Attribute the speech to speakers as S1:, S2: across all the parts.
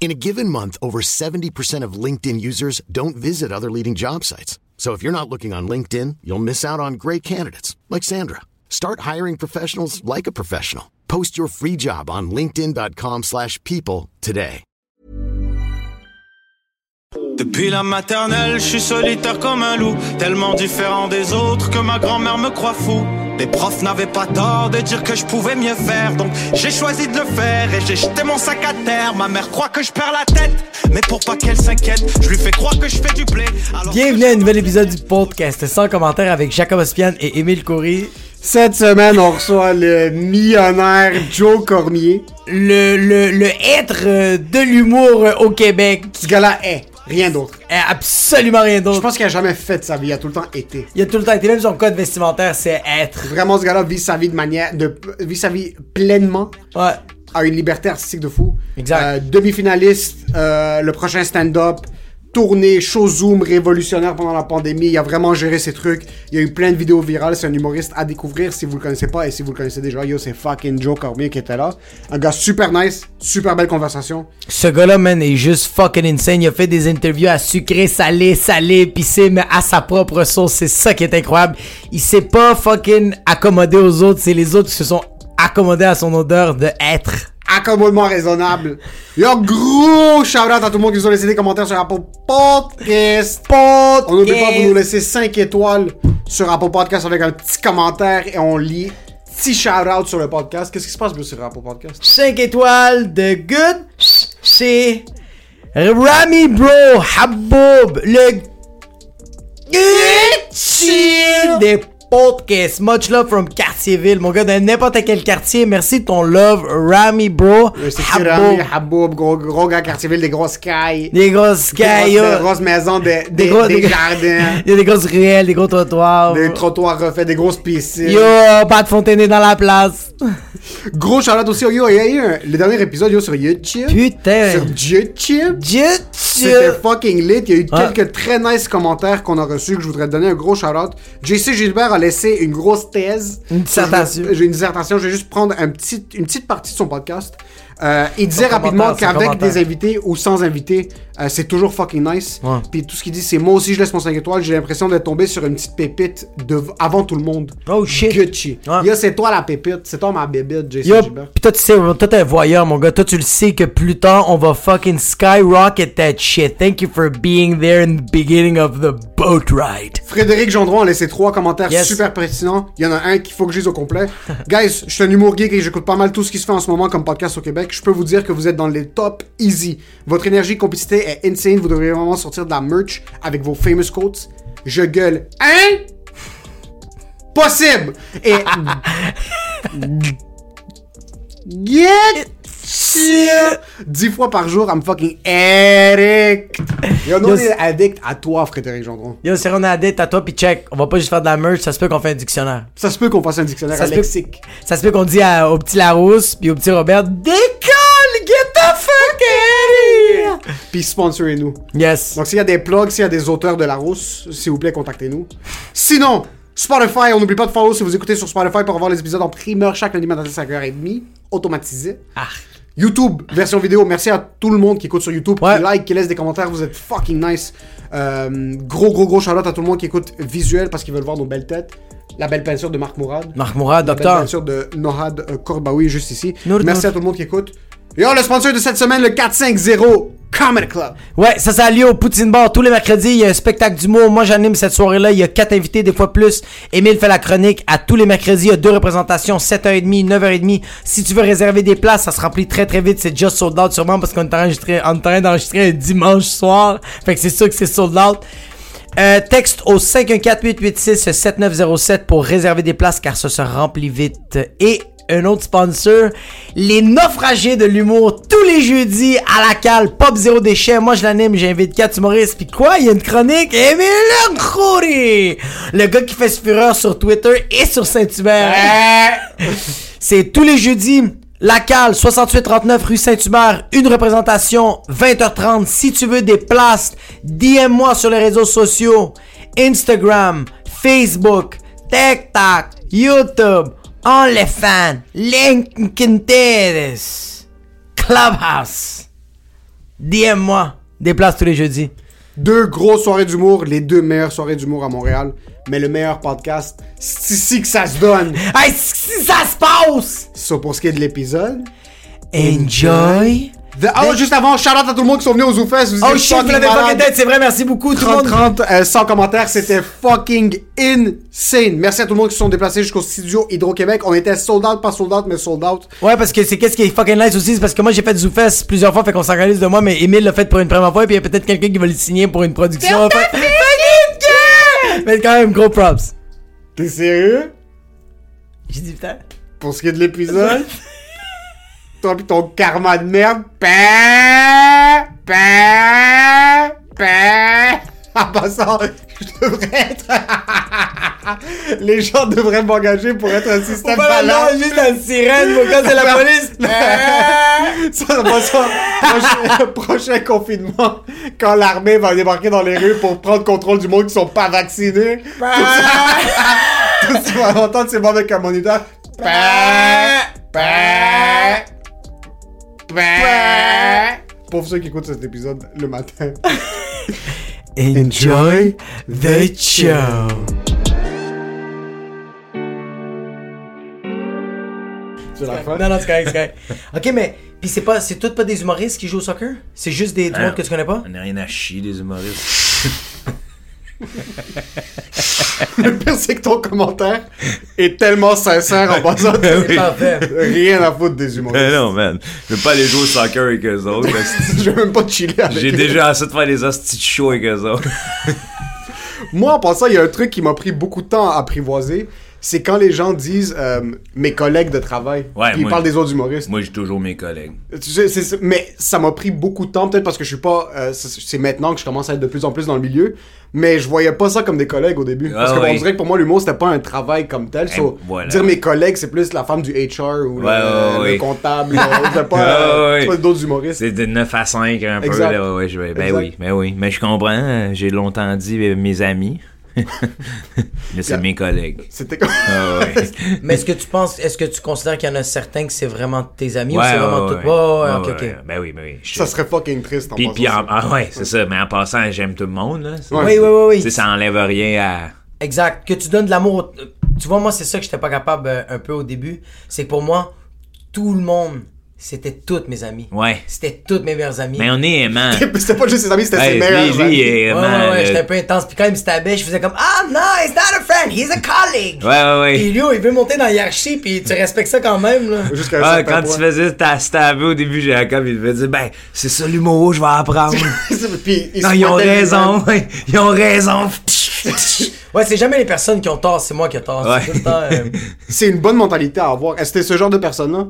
S1: In a given month, over 70% of LinkedIn users don't visit other leading job sites. So if you're not looking on LinkedIn, you'll miss out on great candidates like Sandra. Start hiring professionals like a professional. Post your free job on linkedin.com/people slash people today.
S2: Depuis la maternelle, je suis solitaire comme un loup, tellement différent des autres que ma grand-mère me croit fou. Les profs n'avaient pas tort de dire que je pouvais mieux faire, donc j'ai choisi de le faire et j'ai jeté mon sac à terre. Ma mère croit que je perds la tête, mais pour pas qu'elle s'inquiète, je lui fais croire que je fais du blé. alors que
S3: Bienvenue à un nouvel épisode du podcast sans commentaire avec Jacob Ospian et Émile Coury.
S4: Cette semaine, on reçoit le millionnaire Joe Cormier.
S3: Le, le, le être euh, de l'humour euh, au Québec.
S4: Ce gars-là est rien d'autre.
S3: Euh, Absolument rien
S4: Je
S3: d'autre.
S4: pense qu'il a jamais fait de sa vie, il a tout le temps été.
S3: Il a tout le temps été, même son code vestimentaire, c'est être.
S4: Vraiment, ce gars-là vit sa vie de manière, de, vit sa vie pleinement,
S3: Ouais.
S4: a une liberté artistique de fou.
S3: Exact.
S4: Euh, Demi-finaliste, euh, le prochain stand-up, tournée, show Zoom révolutionnaire pendant la pandémie. Il a vraiment géré ses trucs. Il y a eu plein de vidéos virales. C'est un humoriste à découvrir si vous le connaissez pas et si vous le connaissez déjà. Yo, c'est fucking Joe Cormier qui était là. Un gars super nice, super belle conversation.
S3: Ce gars-là, man, est juste fucking insane. Il a fait des interviews à sucré, salé, salé, épicé, mais à sa propre sauce. C'est ça qui est incroyable. Il s'est pas fucking accommodé aux autres. C'est les autres qui se sont accommodés à son odeur de être.
S4: accommodement raisonnable. Yo, gros shout-out à tout le monde qui nous a laissé des commentaires sur Apple Podcast. Pod on n'oublie pas, vous nous laissez 5 étoiles sur Apple Podcast avec un petit commentaire et on lit petit shout-out sur le podcast. Qu'est-ce qui se passe, Bruce, sur Apple Podcast?
S3: 5 étoiles de good chez Rami Bro Haboub, le Gucci des podcasts. Much love from Quartierville, mon gars de n'importe quel quartier. Merci de ton love, Rami Bro
S4: Le sexy Euh, Rami,
S3: Haboub.
S4: Haboub, gros, gros gars Cartierville, des grosses cailles.
S3: Des grosses
S4: grosses,
S3: cailles,
S4: des grosses maisons, des, des,
S3: gros-
S4: des jardins,
S3: Il y a des grosses ruelles, des gros trottoirs.
S4: des trottoirs refaits, des grosses piscines.
S3: Yo, pas de fontaine dans la place.
S4: Gros shout-out aussi, yo, il y a eu un- le dernier épisode, yo, sur YouTube.
S3: Putain.
S4: Sur YouTube.
S3: Dieu,
S4: C'était fucking lit. Il y a eu
S3: Ouais.
S4: quelques très nice commentaires qu'on a reçus que je voudrais te donner un gros shout-out. JC Gilbert a laissé une grosse thèse.
S3: Une dissertation.
S4: J'ai une dissertation. Je vais juste prendre un petit, une petite partie de son podcast. Euh, il disait
S3: Son
S4: rapidement
S3: commentaire, son
S4: qu'avec
S3: commentaire.
S4: des invités ou sans invités, euh, c'est toujours fucking nice.
S3: Ouais.
S4: Puis tout ce qu'il dit, c'est moi aussi je laisse mon 5 étoiles. J'ai l'impression d'être tombé sur une petite pépite de, avant tout le monde.
S3: Oh, shit.
S4: Gucci.
S3: Ouais.
S4: Yo, c'est toi la pépite. C'est toi ma bébite, JC
S3: Yo,
S4: Gilbert.
S3: pis toi tu sais, toi t'es un voyeur mon gars, toi tu le sais que plus tard on va fucking skyrocket that shit. Thank you for being there in the beginning of the boat ride.
S4: Frédéric Gendron a laissé trois commentaires
S3: Yes.
S4: super pertinents. Il y en a un qu'il faut que je lise au complet. Guys, je suis un humour geek et j'écoute pas mal tout ce qui se fait en ce moment comme podcast au Québec. Je peux vous dire que vous êtes dans les top easy. Votre énergie compétitive est insane. Vous devriez vraiment sortir de la merch avec vos famous quotes. Je gueule. Hein? Possible! Et. Get shit! Dix fois par jour, I'm fucking addict! Yo, nous,
S3: Yo,
S4: on est addict à toi, Frédéric Gendron.
S3: Yo, c'est on a date à toi pis check, on va pas juste faire de la merch, ça se peut qu'on fait un dictionnaire.
S4: Ça se peut qu'on fasse un dictionnaire
S3: Ça
S4: à
S3: se peut,
S4: lexique.
S3: ça se peut qu'on dit à- au petit Larousse puis au petit Robert, décolle, get the fuck out of here!
S4: Puis sponsorez-nous.
S3: Yes.
S4: Donc s'il y a des plugs, s'il y a des auteurs de la rousse, s'il vous plaît, contactez-nous. Sinon, Spotify, on n'oublie pas de follow si vous écoutez sur Spotify pour avoir les épisodes en primeur chaque lundi matin à 5h30, automatisé.
S3: Ah.
S4: YouTube, version vidéo, merci à tout le monde qui écoute sur YouTube,
S3: Ouais.
S4: qui like, qui laisse des commentaires, vous êtes fucking nice. Euh, gros, gros, gros shout-out à tout le monde qui écoute visuel parce qu'ils veulent voir nos belles têtes. La belle peinture de Marc Mourad.
S3: Marc Mourad,
S4: La
S3: docteur.
S4: belle peinture de Nohad euh, Korbaoui, juste ici.
S3: Nour,
S4: Merci
S3: nour.
S4: à tout le monde qui écoute. Et oh, le sponsor de cette semaine, le 450 Comedy Club.
S3: Ouais, ça, ça a lieu au Poutine Bar tous les mercredis. Il y a un spectacle d'humour. Moi, j'anime cette soirée-là. Il y a quatre invités, des fois plus. Émile fait la chronique à tous les mercredis. Il y a deux représentations, 7h30, 9h30. Si tu veux réserver des places, ça se remplit très, très vite. C'est just sold out sûrement parce qu'on est enregistré- on est en train d'enregistrer un dimanche soir. Fait que c'est sûr que c'est sold out. Euh, texte au 514-886-7907 pour réserver des places car ça se remplit vite. Et un autre sponsor, les naufragés de l'humour tous les jeudis à la cale, Pop Zéro Déchet. Moi je l'anime, j'invite 4 humoristes. Puis quoi, il y a une chronique? Emile Khoury! Le gars qui fait ce fureur sur Twitter et sur Saint-Hubert. C'est tous les jeudis. La cale, 6839 rue Saint-Hubert, une représentation, 20h30. Si tu veux des places, DM-moi sur les réseaux sociaux, Instagram, Facebook, TikTok, YouTube, OnlyFans, LinkedIn, Clubhouse. DM-moi des places tous les jeudis.
S4: Deux grosses soirées d'humour, les deux meilleures soirées d'humour à Montréal. Mais le meilleur podcast, c'est ici que ça se donne.
S3: Hey, si ça se passe,
S4: Ça, pour ce qui est de l'épisode.
S3: enjoy.
S4: The- Oh, juste avant, shout out à tout le monde qui sont venus aux OufS.
S3: Oh shit, vous l'avez pas dead, c'est vrai, merci beaucoup tout le monde.
S4: 30-30, euh, sans commentaire, c'était fucking insane. Merci à tout le monde qui se sont déplacés jusqu'au studio Hydro-Québec. On était sold out, pas sold out, mais sold out.
S3: Ouais, parce que c'est qu'est-ce qui est fucking nice aussi, c'est parce que moi j'ai fait Zoufest plusieurs fois, fait qu'on s'organise de moi, mais Emile l'a fait pour une première fois, puis il y a peut-être quelqu'un qui va le signer pour une production. Enfin, fucking gay! Mais quand même, gros props.
S4: T'es sérieux?
S3: J'ai dit putain.
S4: Pour ce qui est de l'épisode, toi pis ton karma de merde. Pa, pa, pa. En passant, je devrais être. Les gens devraient m'engager pour être un
S3: T'as
S4: système
S3: pas
S4: valable.
S3: la langue, juste la sirène, mon gars, c'est la police.
S4: ça, ça va ça. Prochain, prochain confinement, quand l'armée va débarquer dans les rues pour prendre contrôle du monde qui sont pas vaccinés. Tout
S5: Bah.
S4: ça- tout ce qu'on va entendre, c'est moi avec un moniteur.
S5: Bah.
S4: Bah. Bah. Pour ceux qui écoutent cet épisode le matin.
S3: Enjoy the show.
S4: C'est la fin.
S3: Non, non, c'est correct, c'est correct. Ok, mais, pis c'est pas, c'est tout pas des humoristes qui jouent au soccer? C'est juste des
S5: Euh,
S3: du monde que tu connais pas?
S5: On n'a rien à chier des humoristes.
S4: Le pire, c'est que ton commentaire est tellement sincère en passant.
S3: C'est parfait.
S4: Rien à foutre des
S5: Mais
S4: humoristes.
S5: non, man. Je veux pas aller jouer au soccer avec eux autres. parce que
S4: Je veux même pas te chiller avec
S5: J'ai
S4: eux.
S5: déjà assez de faire des hosties de show avec eux autres.
S4: Moi, en passant, il y a un truc qui m'a pris beaucoup de temps à apprivoiser. C'est quand les gens disent euh, mes collègues de travail.
S5: Ouais,
S4: Puis ils
S5: moi-
S4: parlent des autres humoristes.
S5: Moi, j'ai toujours mes collègues.
S4: Tu sais, c'est- c'est- mais ça m'a pris beaucoup de temps, peut-être parce que je suis pas. euh, c'est c'est maintenant que je commence à être de plus en plus dans le milieu. Mais je voyais pas ça comme des collègues au début. parce
S5: Ah
S4: que bon,
S5: ouais.
S4: on dirait que pour moi, l'humour, c'était pas un travail comme tel. so,
S5: voilà.
S4: Dire mes collègues, c'est plus la femme du HR ou le,
S5: Ouais, ouais,
S4: le
S5: ouais.
S4: comptable. euh, c'est pas,
S5: Ah,
S4: euh,
S5: ouais.
S4: c'est pas d'autres humoristes.
S5: C'est de 9 à 5 un peu.
S4: Exact.
S5: Là, ouais, ouais, je vais- ben
S4: Exact.
S5: oui, ben oui. Mais je comprends, euh, j'ai longtemps dit euh, mes amis. Là, c'est
S4: Yeah.
S5: mes collègues.
S4: C'était comme.
S5: Ah ouais.
S3: Mais est-ce que tu penses, est-ce que tu considères qu'il y en a certains que c'est vraiment tes amis ou
S5: Ouais,
S3: c'est
S5: ouais,
S3: vraiment
S5: ouais,
S3: tout?
S5: ouais.
S3: Ouais, ouais,
S5: Ouais,
S3: ok,
S5: ouais,
S3: ok.
S5: ouais. Ben oui, ben oui. Je-
S4: Ça serait fucking triste en
S5: Puis,
S4: passant,
S5: puis en-
S4: ça.
S5: ah ouais, c'est ça. Mais en passant, j'aime tout le monde. Là. C'est-
S4: Ouais.
S3: Oui, oui, oui,
S5: Tu sais,
S3: oui.
S5: ça enlève rien
S3: Exact. Que tu donnes de l'amour. au- euh, Tu vois, moi, c'est ça que j'étais pas capable euh, un peu au début. C'est que pour moi, tout le monde, c'était toutes mes amies.
S5: à. Ouais.
S3: C'était toutes mes meilleures amies.
S5: Mais on est aimant.
S4: C'était pas juste ses amis, c'était
S5: Hey,
S4: ses
S5: lui,
S4: meilleurs.
S5: lui,
S4: amis.
S5: il est euh,
S3: Ouais,
S5: aimant.
S3: ouais, ouais,
S5: là.
S3: j'étais un peu intense. Puis quand il me stabait, je faisais comme Ah, no, he's not a friend, he's a colleague.
S5: Ouais, ouais, ouais.
S3: Puis lui, oh, il veut monter dans la hiérarchie, puis tu respectes ça quand même, là.
S4: Jusqu'à un
S5: Ah,
S4: certain
S5: quand
S4: point.
S5: tu faisais ta stab au début, Jacob, il devait dire Ben, c'est ça l'humour, je vais apprendre.
S4: Puis, il
S5: non,
S4: se
S5: ils ont
S4: pointait
S5: raison.
S4: lui-même.
S5: ils ont raison.
S3: Ouais, c'est jamais les personnes qui ont tort, c'est moi qui ai tort.
S5: Ouais.
S3: C'est tout le temps. euh,
S4: C'est une bonne mentalité à avoir. Est-ce que t'es ce genre de personne-là?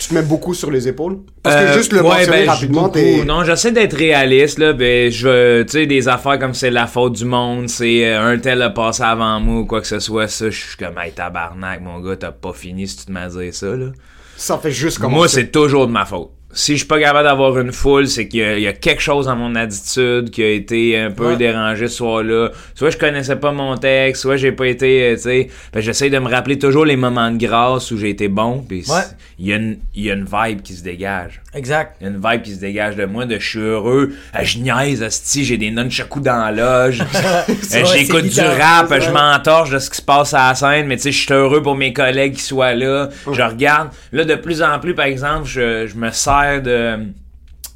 S4: Tu te mets beaucoup sur les épaules? Parce que
S5: Euh,
S4: juste le
S5: ouais,
S4: mentionner
S5: ben, je-
S4: rapidement,
S5: beaucoup.
S4: t'es...
S5: Non, j'essaie d'être réaliste, là. Ben, je, tu sais, des affaires comme c'est la faute du monde, c'est euh, un tel a passé avant moi ou quoi que ce soit, ça, je suis comme, hey, tabarnak, mon gars, t'as pas fini si tu te m'as dit ça, là.
S4: Ça fait juste comme
S5: Moi, c'est toujours de ma faute. Si je suis pas capable d'avoir une foule, c'est qu'il y, a- il y a quelque chose dans mon attitude qui a été un peu
S3: Ouais.
S5: dérangé ce soir-là. Soit je connaissais pas mon texte, soit j'ai pas été, euh, tu sais. Fait que j'essaie de me rappeler toujours les moments de grâce où j'ai été bon. Puis
S3: Ouais.
S5: c'est- il y, a une- il y a une vibe qui se dégage.
S3: Exact.
S5: Il y a une vibe qui se dégage de moi, de je suis heureux, Ah, je niaise, hostie, j'ai des nunchakus dans la loge, Euh,
S3: vrai,
S5: j'écoute
S3: c'est
S5: du
S3: bizarre,
S5: rap,
S3: c'est
S5: je
S3: vrai.
S5: m'entorche de ce qui se passe à la scène, mais tu sais, je suis heureux pour mes collègues qui
S3: Oh.
S5: soient là, je regarde. Là, de plus en plus, par exemple, je, je me sers de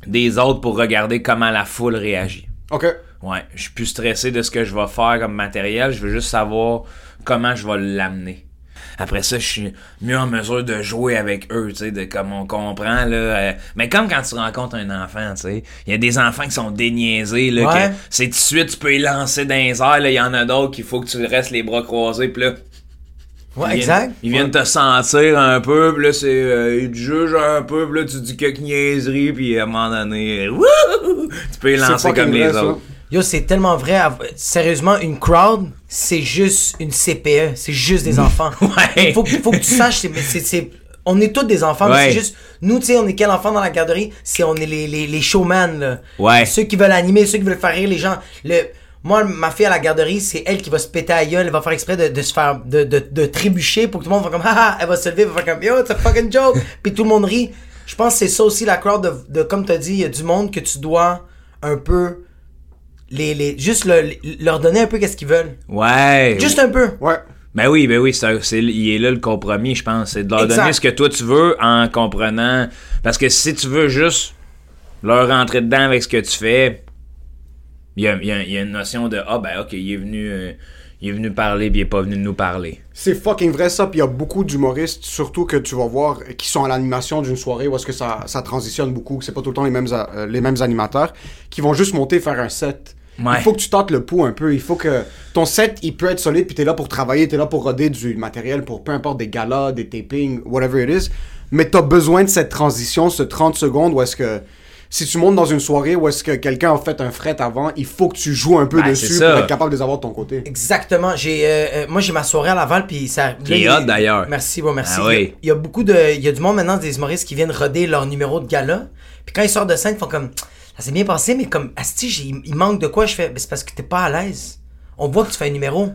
S5: des autres pour regarder comment la foule réagit.
S4: Ok.
S5: Ouais, je suis plus stressé de ce que je vais faire comme matériel, je veux juste savoir comment je vais l'amener. Après ça, je suis mieux en mesure de jouer avec eux, tu sais, de comme on comprend, là. euh, mais comme quand tu rencontres un enfant, tu sais, il y a des enfants qui sont déniaisés, là,
S3: Ouais.
S5: que c'est tout de suite, tu peux les lancer dans les airs, là, il y en a d'autres qu'il faut que tu restes les bras croisés, puis là,
S3: Ouais,
S5: ils viennent-
S3: exact.
S5: Ils viennent te sentir un peu, puis là, c'est, euh, ils te jugent un peu, puis là, tu dis quelques niaiseries, puis à un moment donné, euh, wouhou, tu peux les
S4: C'est
S5: lancer
S4: fucking
S5: comme les
S4: vrai, ça.
S5: autres.
S3: Yo, c'est tellement vrai. av- Sérieusement, une crowd, c'est juste une CPE. C'est juste des enfants.
S5: Ouais.
S3: Il faut, que- faut que tu saches. c'est- c'est- c'est- on est tous des enfants,
S5: Ouais.
S3: mais c'est juste. Nous, tu sais, on est quel enfant dans la garderie C'est on est les, les, les showman, là.
S5: Ouais.
S3: Ceux qui veulent animer, ceux qui veulent faire rire les gens. Le, moi, ma fille à la garderie, c'est elle qui va se péter à gueule. Elle va faire exprès de, de se faire. De, de, de trébucher pour que tout le monde va comme. Ah, ah, elle va se lever, elle va faire comme. Yo, it's a fucking joke. Puis tout le monde rit. Je pense que c'est ça aussi la crowd de, de comme t'as dit, il y a du monde que tu dois un peu les, les, juste le- leur donner un peu qu'est-ce qu'ils veulent.
S5: Ouais.
S3: Juste un peu.
S4: Ouais.
S5: Ben oui, ben oui, c'est, un- c'est- il est là le compromis, je pense. C'est de leur
S3: Exact.
S5: donner ce que toi tu veux en comprenant. Parce que si tu veux juste leur rentrer dedans avec ce que tu fais, il y a, il y a- il y a une notion de Ah, ben ok, il est venu, euh, il est venu parler, puis il est pas venu nous parler.
S4: C'est fucking vrai ça, puis il y a beaucoup d'humoristes, surtout que tu vas voir, euh, qui sont à l'animation d'une soirée où est-ce que ça, ça transitionne beaucoup, que c'est pas tout le temps les mêmes, a- euh, les mêmes animateurs, qui vont juste monter faire un set.
S5: Ouais.
S4: Il faut que tu tentes le pouls un peu, il faut que ton set, il peut être solide, puis t'es là pour travailler, t'es là pour roder du matériel, pour peu importe des galas, des tapings, whatever it is, mais t'as besoin de cette transition, ce 30 secondes où est-ce que... Si tu montes dans une soirée où est-ce que quelqu'un a fait un fret avant, il faut que tu joues un peu
S5: Ben, c'est
S4: dessus
S5: ça.
S4: pour être capable de les avoir de ton côté.
S3: Exactement. J'ai, euh, euh, moi, j'ai ma soirée à Laval, puis ça.
S5: Qui est
S3: là,
S5: hot, d'ailleurs.
S3: Merci, bon, merci. il,
S5: Ah
S3: y a,
S5: oui.
S3: il y a beaucoup de, il y a du monde maintenant des humoristes qui viennent roder leur numéro de gala, puis quand ils sortent de scène, ils font comme, ça s'est bien passé, mais comme, asti, j'ai- il manque de quoi. Je fais, Ben, c'est parce que t'es pas à l'aise. On voit que tu fais un numéro.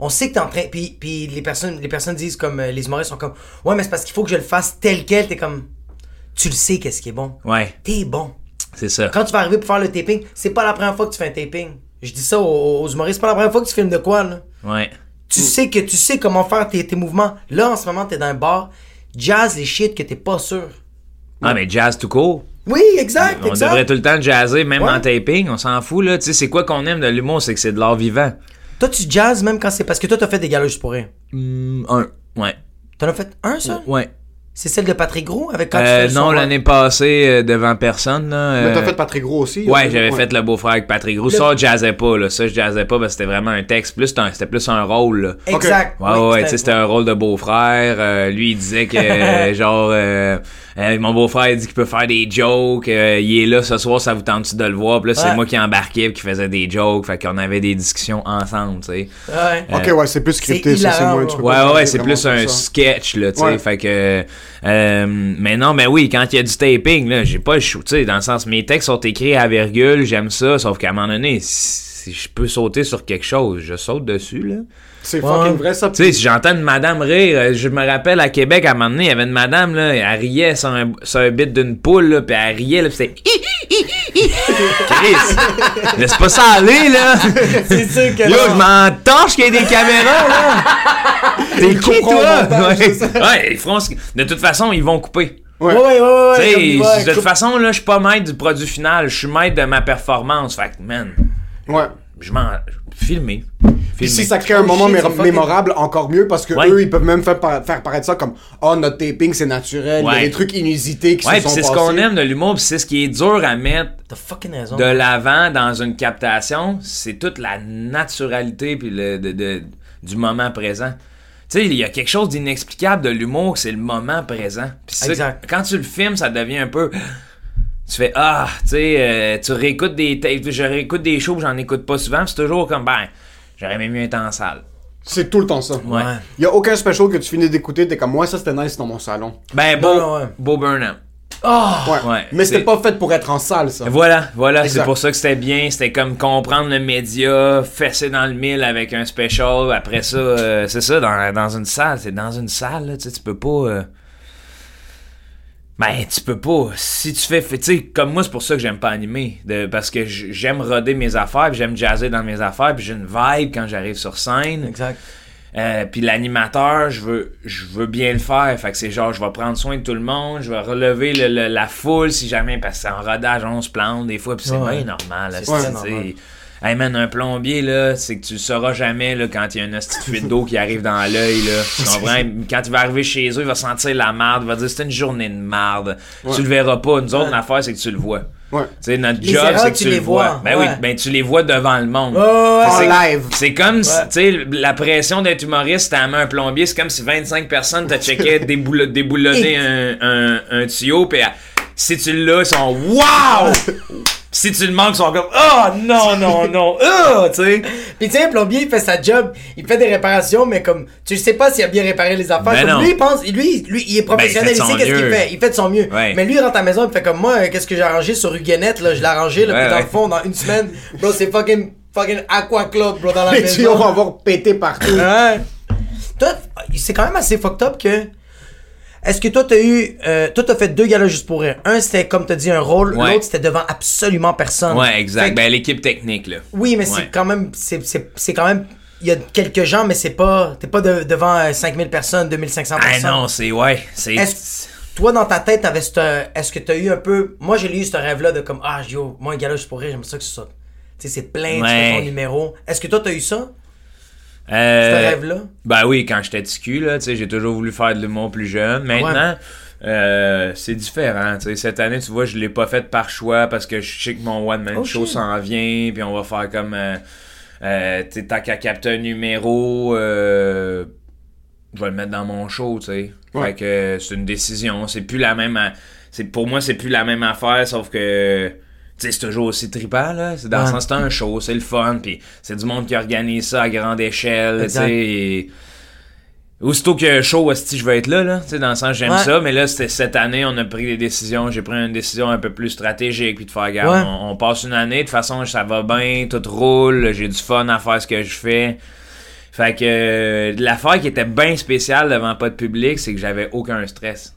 S3: On sait que t'es en train. Puis, puis les personnes, les personnes disent comme, euh, les humoristes sont comme, ouais, mais c'est parce qu'il faut que je le fasse tel quel. T'es comme, tu le sais qu'est-ce qui est bon.
S5: Ouais,
S3: T'es bon.
S5: c'est ça.
S3: Quand tu vas arriver pour faire le taping, c'est pas la première fois que tu fais un taping. Je dis ça aux, aux humoristes, c'est pas la première fois que tu filmes de quoi, là.
S5: Ouais.
S3: Tu
S5: Hmm.
S3: sais que tu sais comment faire tes, tes mouvements. Là, en ce moment, t'es dans un bar, jazz les shit que t'es pas sûr.
S5: Ah, mais jazz tout court.
S3: Oui, exact,
S5: On
S3: exact.
S5: devrait tout le temps jazzer, même
S3: Ouais.
S5: en taping, on s'en fout, là. Tu sais, c'est quoi qu'on aime de l'humour, c'est que c'est de l'art vivant.
S3: Toi, tu jazzes même quand c'est. Parce que toi, t'as fait des galas juste pour rien. Mm,
S5: un. Ouais.
S3: T'en as fait un seul
S5: Ouais.
S3: C'est celle de Patrick Gros avec quand tu
S5: Euh,
S3: fais le
S5: non,
S3: son-
S5: l'année passée, euh, devant personne, là.
S4: Mais t'as
S5: euh,
S4: fait Patrick Gros aussi.
S5: Ouais,
S4: euh,
S5: j'avais fait le beau-frère avec Patrick Roux. Ça, je jazzais pas, là. Ça, je jazzais pas parce que c'était vraiment un texte. Plus, un- c'était plus un rôle, là.
S3: Exact.
S5: Ouais, ouais,
S3: Oui,
S5: ouais, tu sais, c'était un rôle de beau-frère. Euh, lui, il disait que, euh, genre, euh, euh, mon beau-frère, il dit qu'il peut faire des jokes. euh, il est là ce soir, ça vous tente-tu de le voir? Puis là, c'est
S3: Ouais.
S5: moi qui embarquais et qui faisais des jokes. Fait qu'on avait des discussions ensemble, tu sais.
S3: Ouais.
S4: Ok, ouais, c'est plus scripté, ça, c'est
S3: hilarant,
S4: moins.
S3: ouais.
S4: tu peux
S5: Ouais,
S4: pas
S5: Euh, ouais, ouais,
S4: changer
S5: c'est
S4: vraiment
S5: plus
S4: ça.
S5: un sketch, là, tu sais.
S4: Ouais.
S5: Fait que. euh, mais non, mais oui, quand il y a du taping, là, j'ai pas le chou, tu sais, dans le sens, mes textes sont écrits à virgule, j'aime ça, sauf qu'à un moment donné, si je peux sauter sur quelque chose, je saute dessus, là.
S4: C'est fucking vrai, ça.
S5: Tu sais, si j'entends une madame rire, euh, je me rappelle à Québec, à un moment donné, il y avait une madame, là, elle riait sur un, sur un bit d'une poule, là, puis elle riait, là, pis c'était. Hi, hi, hi, hi, hi. Chris, laisse pas ça aller, là!
S3: C'est sûr que.
S5: Yo, je m'en torche qu'il y ait des caméras, là! T'es qui,
S4: couperont
S5: toi?
S4: au montage,
S5: Ouais.
S4: c'est ça.
S5: Ouais, ils feront ce que- De toute façon, ils vont couper.
S3: Ouais, ouais, ouais, ouais.
S5: Tu sais,
S3: comme il va,
S5: de toute
S3: coupe-
S5: façon, là, je suis pas maître du produit final, je suis maître de ma performance. Fait que, man,
S4: Ouais.
S5: je m'en. Filmer.
S4: Puis
S5: Filmer.
S4: si ça crée un moment
S3: shit,
S4: mé-
S3: c'est fucking-
S4: mémorable, encore mieux, parce que
S5: Ouais.
S4: eux, ils peuvent même faire, para- faire paraître ça comme Oh, notre taping, c'est naturel, il y
S5: Ouais.
S4: a des trucs inusités qui
S5: Ouais,
S4: se
S5: puis
S4: sont
S5: c'est
S4: passés.
S5: ce qu'on aime de l'humour, puis c'est ce qui est dur à mettre
S3: T'as fucking raison.
S5: de l'avant dans une captation, c'est toute la naturalité puis le, de- de- du moment présent. Tu sais, il y a quelque chose d'inexplicable de l'humour, c'est le moment présent. Puis ça,
S3: Exact.
S5: Quand tu le filmes, ça devient un peu... Tu fais ah, tu sais, euh, tu réécoutes des tapes, je réécoute des shows, que j'en écoute pas souvent, puis c'est toujours comme ben, j'aurais même mieux être en salle.
S4: C'est tout le temps ça.
S5: Ouais.
S4: Il y a aucun special que tu finis d'écouter, t'es comme Moi, ça, c'était nice dans mon salon.
S5: Ben beau,
S3: Non, non, ouais.
S5: beau Burnham.
S4: Ouais.
S5: Ah, ouais,
S4: Mais c'était
S5: c'est-
S4: pas fait pour être en salle, ça.
S5: Voilà, voilà,
S4: Exact.
S5: c'est pour ça que c'était bien. C'était comme comprendre le média, fesser dans le mille avec un special. Après ça, euh, c'est ça, dans, dans une salle. C'est dans une salle, là, tu sais, tu peux pas. euh, Ben, tu peux pas. Si tu fais. fais- Tu sais, comme moi, c'est pour ça que j'aime pas animer. de- parce que j- j'aime roder mes affaires, puis j'aime jazzer dans mes affaires, puis j'ai une vibe quand j'arrive sur scène.
S3: Exact.
S5: Euh, puis l'animateur, je veux, je veux bien le faire. Fait que c'est genre, je vais prendre soin de tout le monde, je vais relever le- le- la foule si jamais, parce que c'est en rodage, on se plante des fois, puis c'est
S3: Ouais.
S5: bien normal. là,
S3: C'est
S5: si
S3: très
S5: tu sais.
S3: normal.
S5: Hey man, un plombier, là, c'est que tu le sauras jamais là, quand il y a une hostie de fuite d'eau qui arrive dans l'œil. là. Tu comprends? Quand il va arriver chez eux, il va sentir la marde, il va dire c'est une journée de marde. Tu le verras pas. Nous autres, l'affaire, c'est que tu le vois.
S4: Ouais.
S5: Tu sais, notre
S3: Les
S5: job,
S3: erreurs,
S5: c'est que
S3: tu
S5: tu,
S3: les
S5: le vois.
S3: vois,
S5: Ben
S3: ouais.
S5: oui, ben tu les vois devant le monde.
S3: ouais,
S5: C'est-
S4: En live.
S5: C'est comme si, tu sais, la pression d'être humoriste, t'as à main un plombier, c'est comme si 25 personnes te checkaient déboule- déboulonner un, un, un tuyau, puis à- si tu l'as, ils sont Waouh! si tu le manques, ils sont comme Oh non, non, non, oh! Tu sais.
S3: Puis tu sais, un plombier, il fait sa job, il fait des réparations, mais comme, tu sais pas s'il a bien réparé les affaires.
S5: Ben
S3: Comme
S5: non.
S3: lui, il pense, lui, lui, il est professionnel,
S5: Ben, il fait de
S3: il
S5: son
S3: sait qu'est-ce qu'il
S5: mieux.
S3: fait, il fait de son mieux.
S5: Ouais.
S3: Mais lui, il rentre à la maison, il fait comme moi, euh, qu'est-ce que j'ai arrangé sur Huguenette, là, je l'ai arrangé, là,
S5: Ouais,
S3: puis dans
S5: ouais.
S3: le fond, dans une semaine, bro, c'est fucking, fucking Aqua Club, bro, dans la
S4: Les tuyaux
S3: maison.
S4: vont avoir pété partout.
S3: Ouais. Toi, c'est quand même assez fucked up que. Est-ce que toi, t'as eu. euh, toi, t'as fait deux galas juste pour rire. Un, c'était, comme t'as dit, un rôle.
S5: Ouais.
S3: L'autre, c'était devant absolument personne.
S5: Ouais,
S3: Fait
S5: exact.
S3: que-
S5: Ben l'équipe technique, là.
S3: oui, mais
S5: Ouais.
S3: c'est quand même. c'est- C'est c'est quand même. Il y a quelques gens, mais c'est pas. T'es pas de- devant euh, 5000 personnes, 2500
S5: Ah
S3: personnes.
S5: non, c'est ouais. C'est.
S3: Est-ce- Toi, dans ta tête, t'avais cette- Est-ce que t'as eu un peu. Moi, j'ai eu ce rêve-là de comme. Ah, yo, moi, un gala juste pour rire, j'aime ça que c'est ça. Tu sais, c'est plein, tu fais
S5: Ouais.
S3: ton numéro. Est-ce que toi, t'as eu ça?
S5: Euh,
S3: Ce rêve-là?
S5: Ben oui, quand j'étais petit cul, là, tu sais, j'ai toujours voulu faire de l'humour plus jeune. Maintenant, euh, c'est différent. tu sais. Cette année, tu vois, je l'ai pas fait par choix parce que je sais que mon One Man
S3: Oh,
S5: Show
S3: shit.
S5: s'en vient, puis on va faire comme. Euh, euh, tu sais, tant qu'à capter un numéro, euh, je vais le mettre dans mon show, tu sais. Fait que euh, c'est une décision. C'est plus la même. a- C'est, pour moi, c'est plus la même affaire, sauf que. Tu sais, c'est toujours aussi trippant, là. C'est dans le
S3: Ouais.
S5: sens, c'est un show, c'est le fun, puis c'est du monde qui organise ça à grande échelle, tu
S3: Exact.
S5: sais. et- Aussitôt que show, si je vais être là, là, tu sais, dans le sens, j'aime
S3: Ouais.
S5: ça, mais là, c'était cette année, on a pris des décisions, j'ai pris une décision un peu plus stratégique, puis de faire, garde,
S3: Ouais.
S5: on, on passe une année, de toute façon, ça va bien, tout roule, j'ai du fun à faire ce que je fais. Fait que euh, l'affaire qui était bien spéciale devant pas de public, c'est que j'avais aucun stress.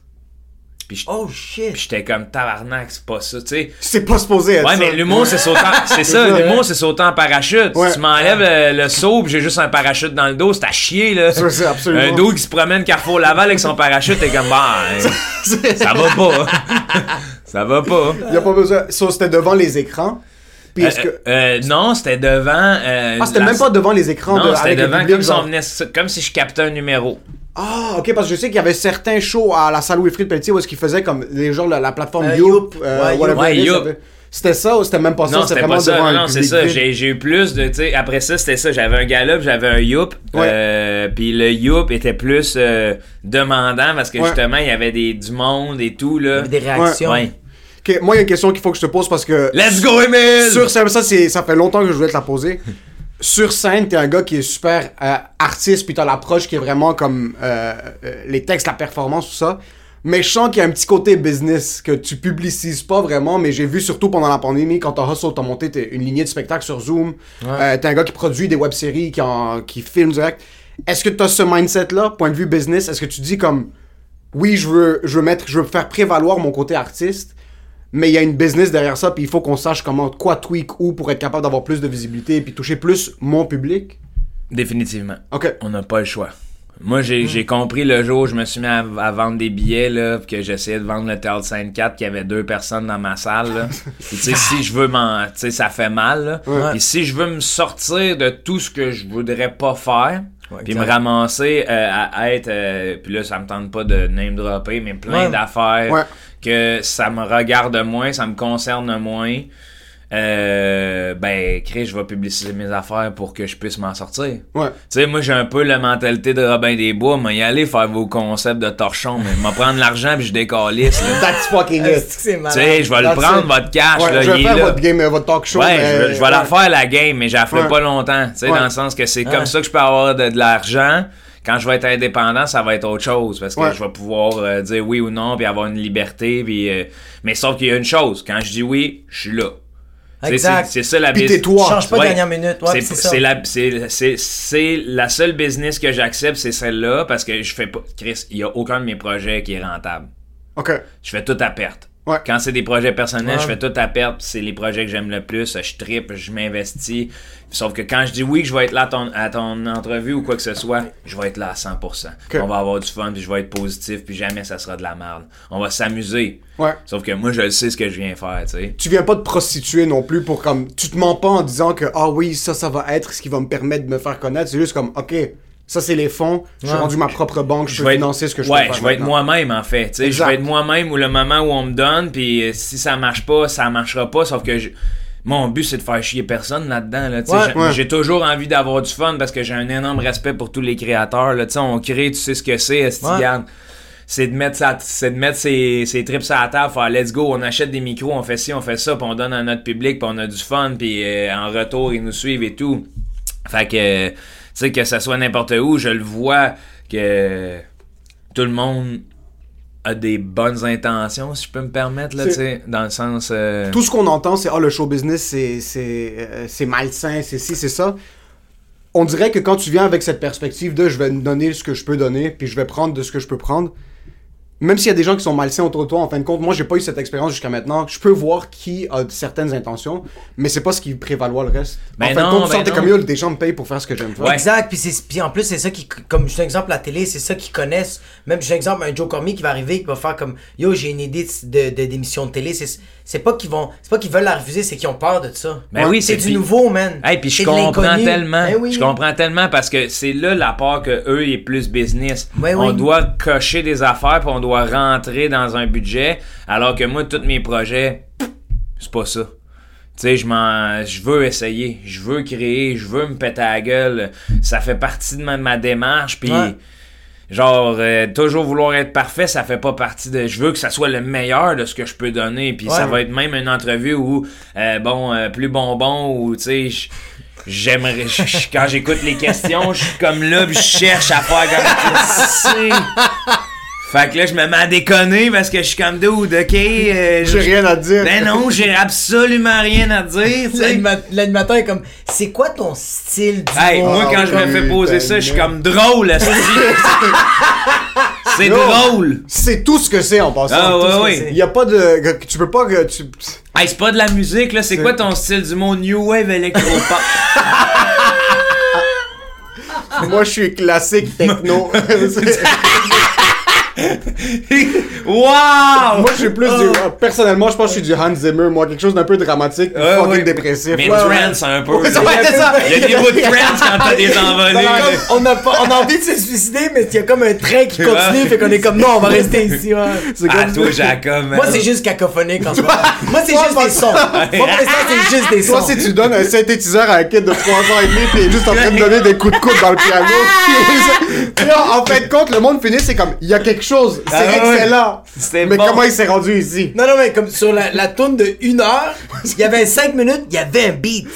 S5: Puis je-
S3: Oh shit!
S5: puis j'étais comme tabarnak, c'est pas ça, tu sais.
S4: C'est pas supposé être
S5: Ouais,
S4: ça.
S5: mais l'humour, c'est sautant. C'est ça,
S4: ça,
S5: l'humour, c'est sauter en parachute.
S4: Ouais.
S5: Si tu m'enlèves euh, le, saut, pis j'ai juste un parachute dans le dos, c'est à chier, là.
S4: Ça, c'est absolument.
S5: Un dos qui se promène Carrefour Laval avec son parachute, t'es comme, bah, hein, ça va pas. ça va pas.
S4: Il y a pas besoin. Ça, c'était devant les écrans. Puis est-ce
S5: Euh,
S4: que.
S5: euh, non, c'était devant. euh,
S4: Ah, c'était
S5: la-
S4: même pas devant les écrans. de-
S5: Non, c'était
S4: avec le
S5: devant
S4: public,
S5: comme si,
S4: genre.
S5: on venait- comme si je captais un numéro.
S4: Ah, ok, parce que je sais qu'il y avait certains shows à la salle Wilfrid Pelletier où est-ce qu'ils faisaient comme les gens, la, la plateforme
S3: Euh,
S4: Youp,
S3: Youp.
S4: euh,
S3: Ouais, Youp.
S4: whatever it is,
S5: Ouais, Youp.
S4: ça fait- C'était ça ou c'était même pas ça?
S5: Non,
S4: c'est
S5: c'était
S4: vraiment
S5: pas ça.
S4: devant
S5: Non,
S4: un
S5: non, c'est
S4: public
S5: ça.
S4: vide.
S5: J'ai j'ai eu plus de. tu sais, après ça, c'était ça. J'avais un galop, j'avais un youp.
S4: Ouais.
S5: euh, Puis le youp était plus euh, demandant parce que
S4: Ouais.
S5: justement, il y avait des, du monde et tout. Là.
S3: Des réactions.
S5: Ouais.
S4: Ok, moi, il y a une question qu'il faut que je te pose parce que.
S5: Let's go, Emile!
S4: Sur scène, ça, c'est- ça fait longtemps que je voulais te la poser. Sur scène, t'es un gars qui est super euh, artiste, puis t'as l'approche qui est vraiment comme euh, euh, les textes, la performance, tout ça. Mais je sens qu'il y a un petit côté business que tu publicises pas vraiment, mais j'ai vu surtout pendant la pandémie, quand t'as hustle, t'as monté t'es une lignée de spectacles sur Zoom. Euh, t'es un gars qui produit des web-séries, qui, en- qui filme direct. Est-ce que t'as ce mindset-là, point de vue business? Est-ce que tu dis comme, oui, je veux, je veux mettre, je veux faire prévaloir mon côté artiste, mais il y a une business derrière ça, puis il faut qu'on sache comment, quoi tweak où pour être capable d'avoir plus de visibilité, puis toucher plus mon public.
S5: Définitivement.
S4: Ok.
S5: On n'a pas le choix. Moi, j'ai j'ai compris le jour où je me suis mis à, à vendre des billets, là, pis que j'essayais de vendre le Théâtre 54, qu'il y avait deux personnes dans ma salle, là. Puis, tu sais, si je veux m'en. Tu sais, ça fait mal, là. Puis si je veux me sortir de tout ce que je voudrais pas faire, puis me
S3: exact.
S5: ramasser euh, à être. euh, puis là, ça me tente pas de name dropper, mais
S3: Ouais.
S5: plein d'affaires
S4: Ouais.
S5: que ça me regarde moins, ça me concerne moins. Euh, ben, Chris, je vais publiciser mes affaires pour que je puisse m'en sortir.
S4: Ouais.
S5: Tu sais, moi, j'ai un peu la mentalité de Robin des Bois. Moi, y aller faire vos concepts de torchon, mais m'a prendre l'argent puis je décalisse, là.
S4: That's fucking
S3: Est-ce que
S4: it.
S3: c'est
S5: Tu
S3: malade?
S5: sais, je vais le
S4: That's
S5: prendre,
S4: it.
S5: votre cash,
S4: Ouais,
S5: là.
S4: je vais
S5: il est
S4: faire
S5: là.
S4: votre game, euh, votre talk show.
S5: Ouais,
S4: mais-
S5: je vais, je vais la
S4: Ouais.
S5: faire la game, mais je la ferai
S4: Ouais.
S5: pas longtemps. Tu sais,
S4: Ouais.
S5: dans le sens que c'est
S3: Ouais.
S5: comme ça que je peux avoir de, de l'argent. Quand je vais être indépendant, ça va être autre chose parce que
S4: Ouais.
S5: je vais pouvoir euh, dire oui ou non, puis avoir une liberté. Puis, euh, Mais sauf qu'il y a une chose, quand je dis oui, je suis là. Tu sais,
S3: Exact.
S5: C'est c'est ça la
S4: Puis
S5: business.
S4: tais-toi.
S3: Change pas dernière minute. Ouais,
S5: C'est-
S3: c'est ça.
S5: c'est la, c'est- c'est- c'est la seule business que j'accepte, c'est celle-là, parce que je fais pas. Chris, il y a aucun de mes projets qui est rentable.
S4: Ok.
S5: Je fais tout à perte.
S4: Ouais.
S5: Quand c'est des projets personnels,
S3: Ouais.
S5: je fais tout à perte. C'est les projets que j'aime le plus. Je tripe, je m'investis. Sauf que quand je dis oui que je vais être là à ton, à ton entrevue ou quoi que ce soit, je vais être là à 100%.
S4: Ok.
S5: On va avoir du fun, puis je vais être positif, puis jamais ça sera de la merde. On va s'amuser.
S4: Ouais.
S5: Sauf que moi, je sais ce que je viens faire, tu sais.
S4: tu viens pas te prostituer non plus pour comme tu te mens pas en disant que ah oui ça ça va être ce qui va me permettre de me faire connaître c'est juste comme ok ça c'est les fonds j'ai rendu ma propre banque je, peux financer ce que je
S5: ouais,
S4: peux faire
S5: je vais être
S4: maintenant.
S5: moi-même en fait. Tu sais, je
S4: Exact.
S5: vais être moi-même ou le moment où on me donne, puis euh, si ça marche pas, ça marchera pas. Sauf que je- mon but c'est de faire chier personne là-dedans. Là, tu sais.
S3: Ouais,
S5: j'ai,
S4: ouais.
S5: j'ai toujours envie d'avoir du fun parce que j'ai un énorme respect pour tous les créateurs. Là, Tu sais, on crée, tu sais ce que c'est, esti,
S3: Ouais.
S5: garde. C'est de mettre, sa- c'est de mettre ses, ses trips à la table, faire let's go, on achète des micros, on fait ci, on fait ça, puis on donne à notre public, puis on a du fun, puis euh, en retour, ils nous suivent et tout. Fait que, tu sais, que ça soit n'importe où, je le vois que tout le monde a des bonnes intentions, si je peux me permettre, là, tu
S4: C'est-
S5: sais, dans le sens... euh,
S4: tout ce qu'on entend c'est ah le show business c'est c'est euh, c'est malsain c'est ci c'est ça on dirait que quand tu viens avec cette perspective de je vais donner ce que je peux donner puis je vais prendre de ce que je peux prendre même s'il y a des gens qui sont malsains autour de toi, en fin de compte, moi j'ai pas eu cette expérience jusqu'à maintenant. Je peux voir qui a certaines intentions, mais c'est pas ce qui prévaloir le reste.
S5: Ben
S4: en fin
S5: non,
S4: de compte, tu
S5: ben
S4: sens que t'es
S5: non.
S4: comme yo, des gens me payent pour faire ce que j'aime faire.
S5: Ouais.
S3: Exact, puis c'est- puis en plus, c'est ça qui, comme juste un exemple, la télé, c'est ça qu'ils connaissent. Même, juste un exemple, un Joe Cormier qui va arriver, qui va faire comme Yo, j'ai une idée de, de- d'émission de télé. C'est, c'est pas qu'ils vont, c'est pas qu'ils veulent la refuser, c'est qu'ils ont peur de ça.
S5: Ben oui,
S3: c'est
S5: c'est
S3: du
S5: puis-
S3: nouveau, man.
S5: Hey, puis je
S3: C'est de
S5: comprends
S3: l'inconnu.
S5: tellement.
S3: Ben oui.
S5: Je comprends tellement parce que c'est là la part que eux est plus business.
S3: Ouais,
S5: on
S3: oui.
S5: doit cocher des affaires puis on doit rentrer dans un budget alors que moi tous mes projets c'est pas ça. Tu sais, je m'en je veux essayer, je veux créer, je veux me péter à la gueule. Ça fait partie de ma, ma démarche puis
S3: Ouais.
S5: Genre, euh, toujours vouloir être parfait, ça fait pas partie de. Je veux que ça soit le meilleur de ce que je peux donner. Puis ça
S3: Ouais.
S5: va être même une entrevue où, euh, bon, euh, plus bonbon, ou tu sais, je- j'aimerais. je- je- Quand j'écoute les questions, je suis comme là, puis je cherche à faire comme. Christy. Fait que là, je me mets à déconner parce que je suis comme dude, ok. euh,
S4: J'ai
S5: je-
S4: rien à dire.
S5: Ben non, j'ai absolument rien à dire, tu sais.
S3: L'anima- L'animateur est comme C'est quoi ton style du
S5: Hey, moi, quand je me fais poser ça, je suis comme drôle, esti. C'est drôle.
S4: C'est tout ce que c'est en passant.
S5: Ah,
S4: Tout
S5: ouais,
S4: ce que
S5: ouais.
S4: c'est. Il y a pas de. que- Tu peux pas. que Tu...
S5: Hey, c'est pas de la musique, là. C'est quoi ton style du mot New Wave Electropop?
S4: Moi, je suis classique techno. C'est-
S3: Ah,
S5: wow!
S4: moi, je suis plus du. Personnellement, je pense que je suis du Hans Zimmer. Moi, quelque chose d'un peu dramatique,
S5: Ouais,
S4: fucking
S5: ouais.
S4: dépressif.
S5: Mais
S4: Ouais, ouais.
S5: trance un peu.
S4: Ouais,
S5: là.
S4: ça va être ça.
S5: Il y a des bouts de trance quand t'as des envolées.
S3: Comme,
S5: là.
S3: on, a pas- on a envie de se suicider, mais il y a comme un train qui continue, fait qu'on est comme non, on va rester ici. ouais.
S5: Ah, toi, Jacob, man.
S3: Moi, c'est juste cacophonique en ce moment. Moi, c'est juste des sons. Moi, pour l'instant, c'est juste des
S4: Toi,
S3: sons.
S4: si tu donnes un synthétiseur à un kid de 3 ans et demi, pis il est juste en train de donner des coups de coude dans le piano. Puis en fin de compte, le monde finit, c'est comme, il y a quelque chose, c'est
S5: Ah, ouais.
S4: excellent.
S5: C'est
S4: Mais
S5: bon.
S4: comment il s'est rendu ici?
S3: Non, non, mais comme sur la, la tourne de une heure, il y avait 5 minutes, il y avait un beat.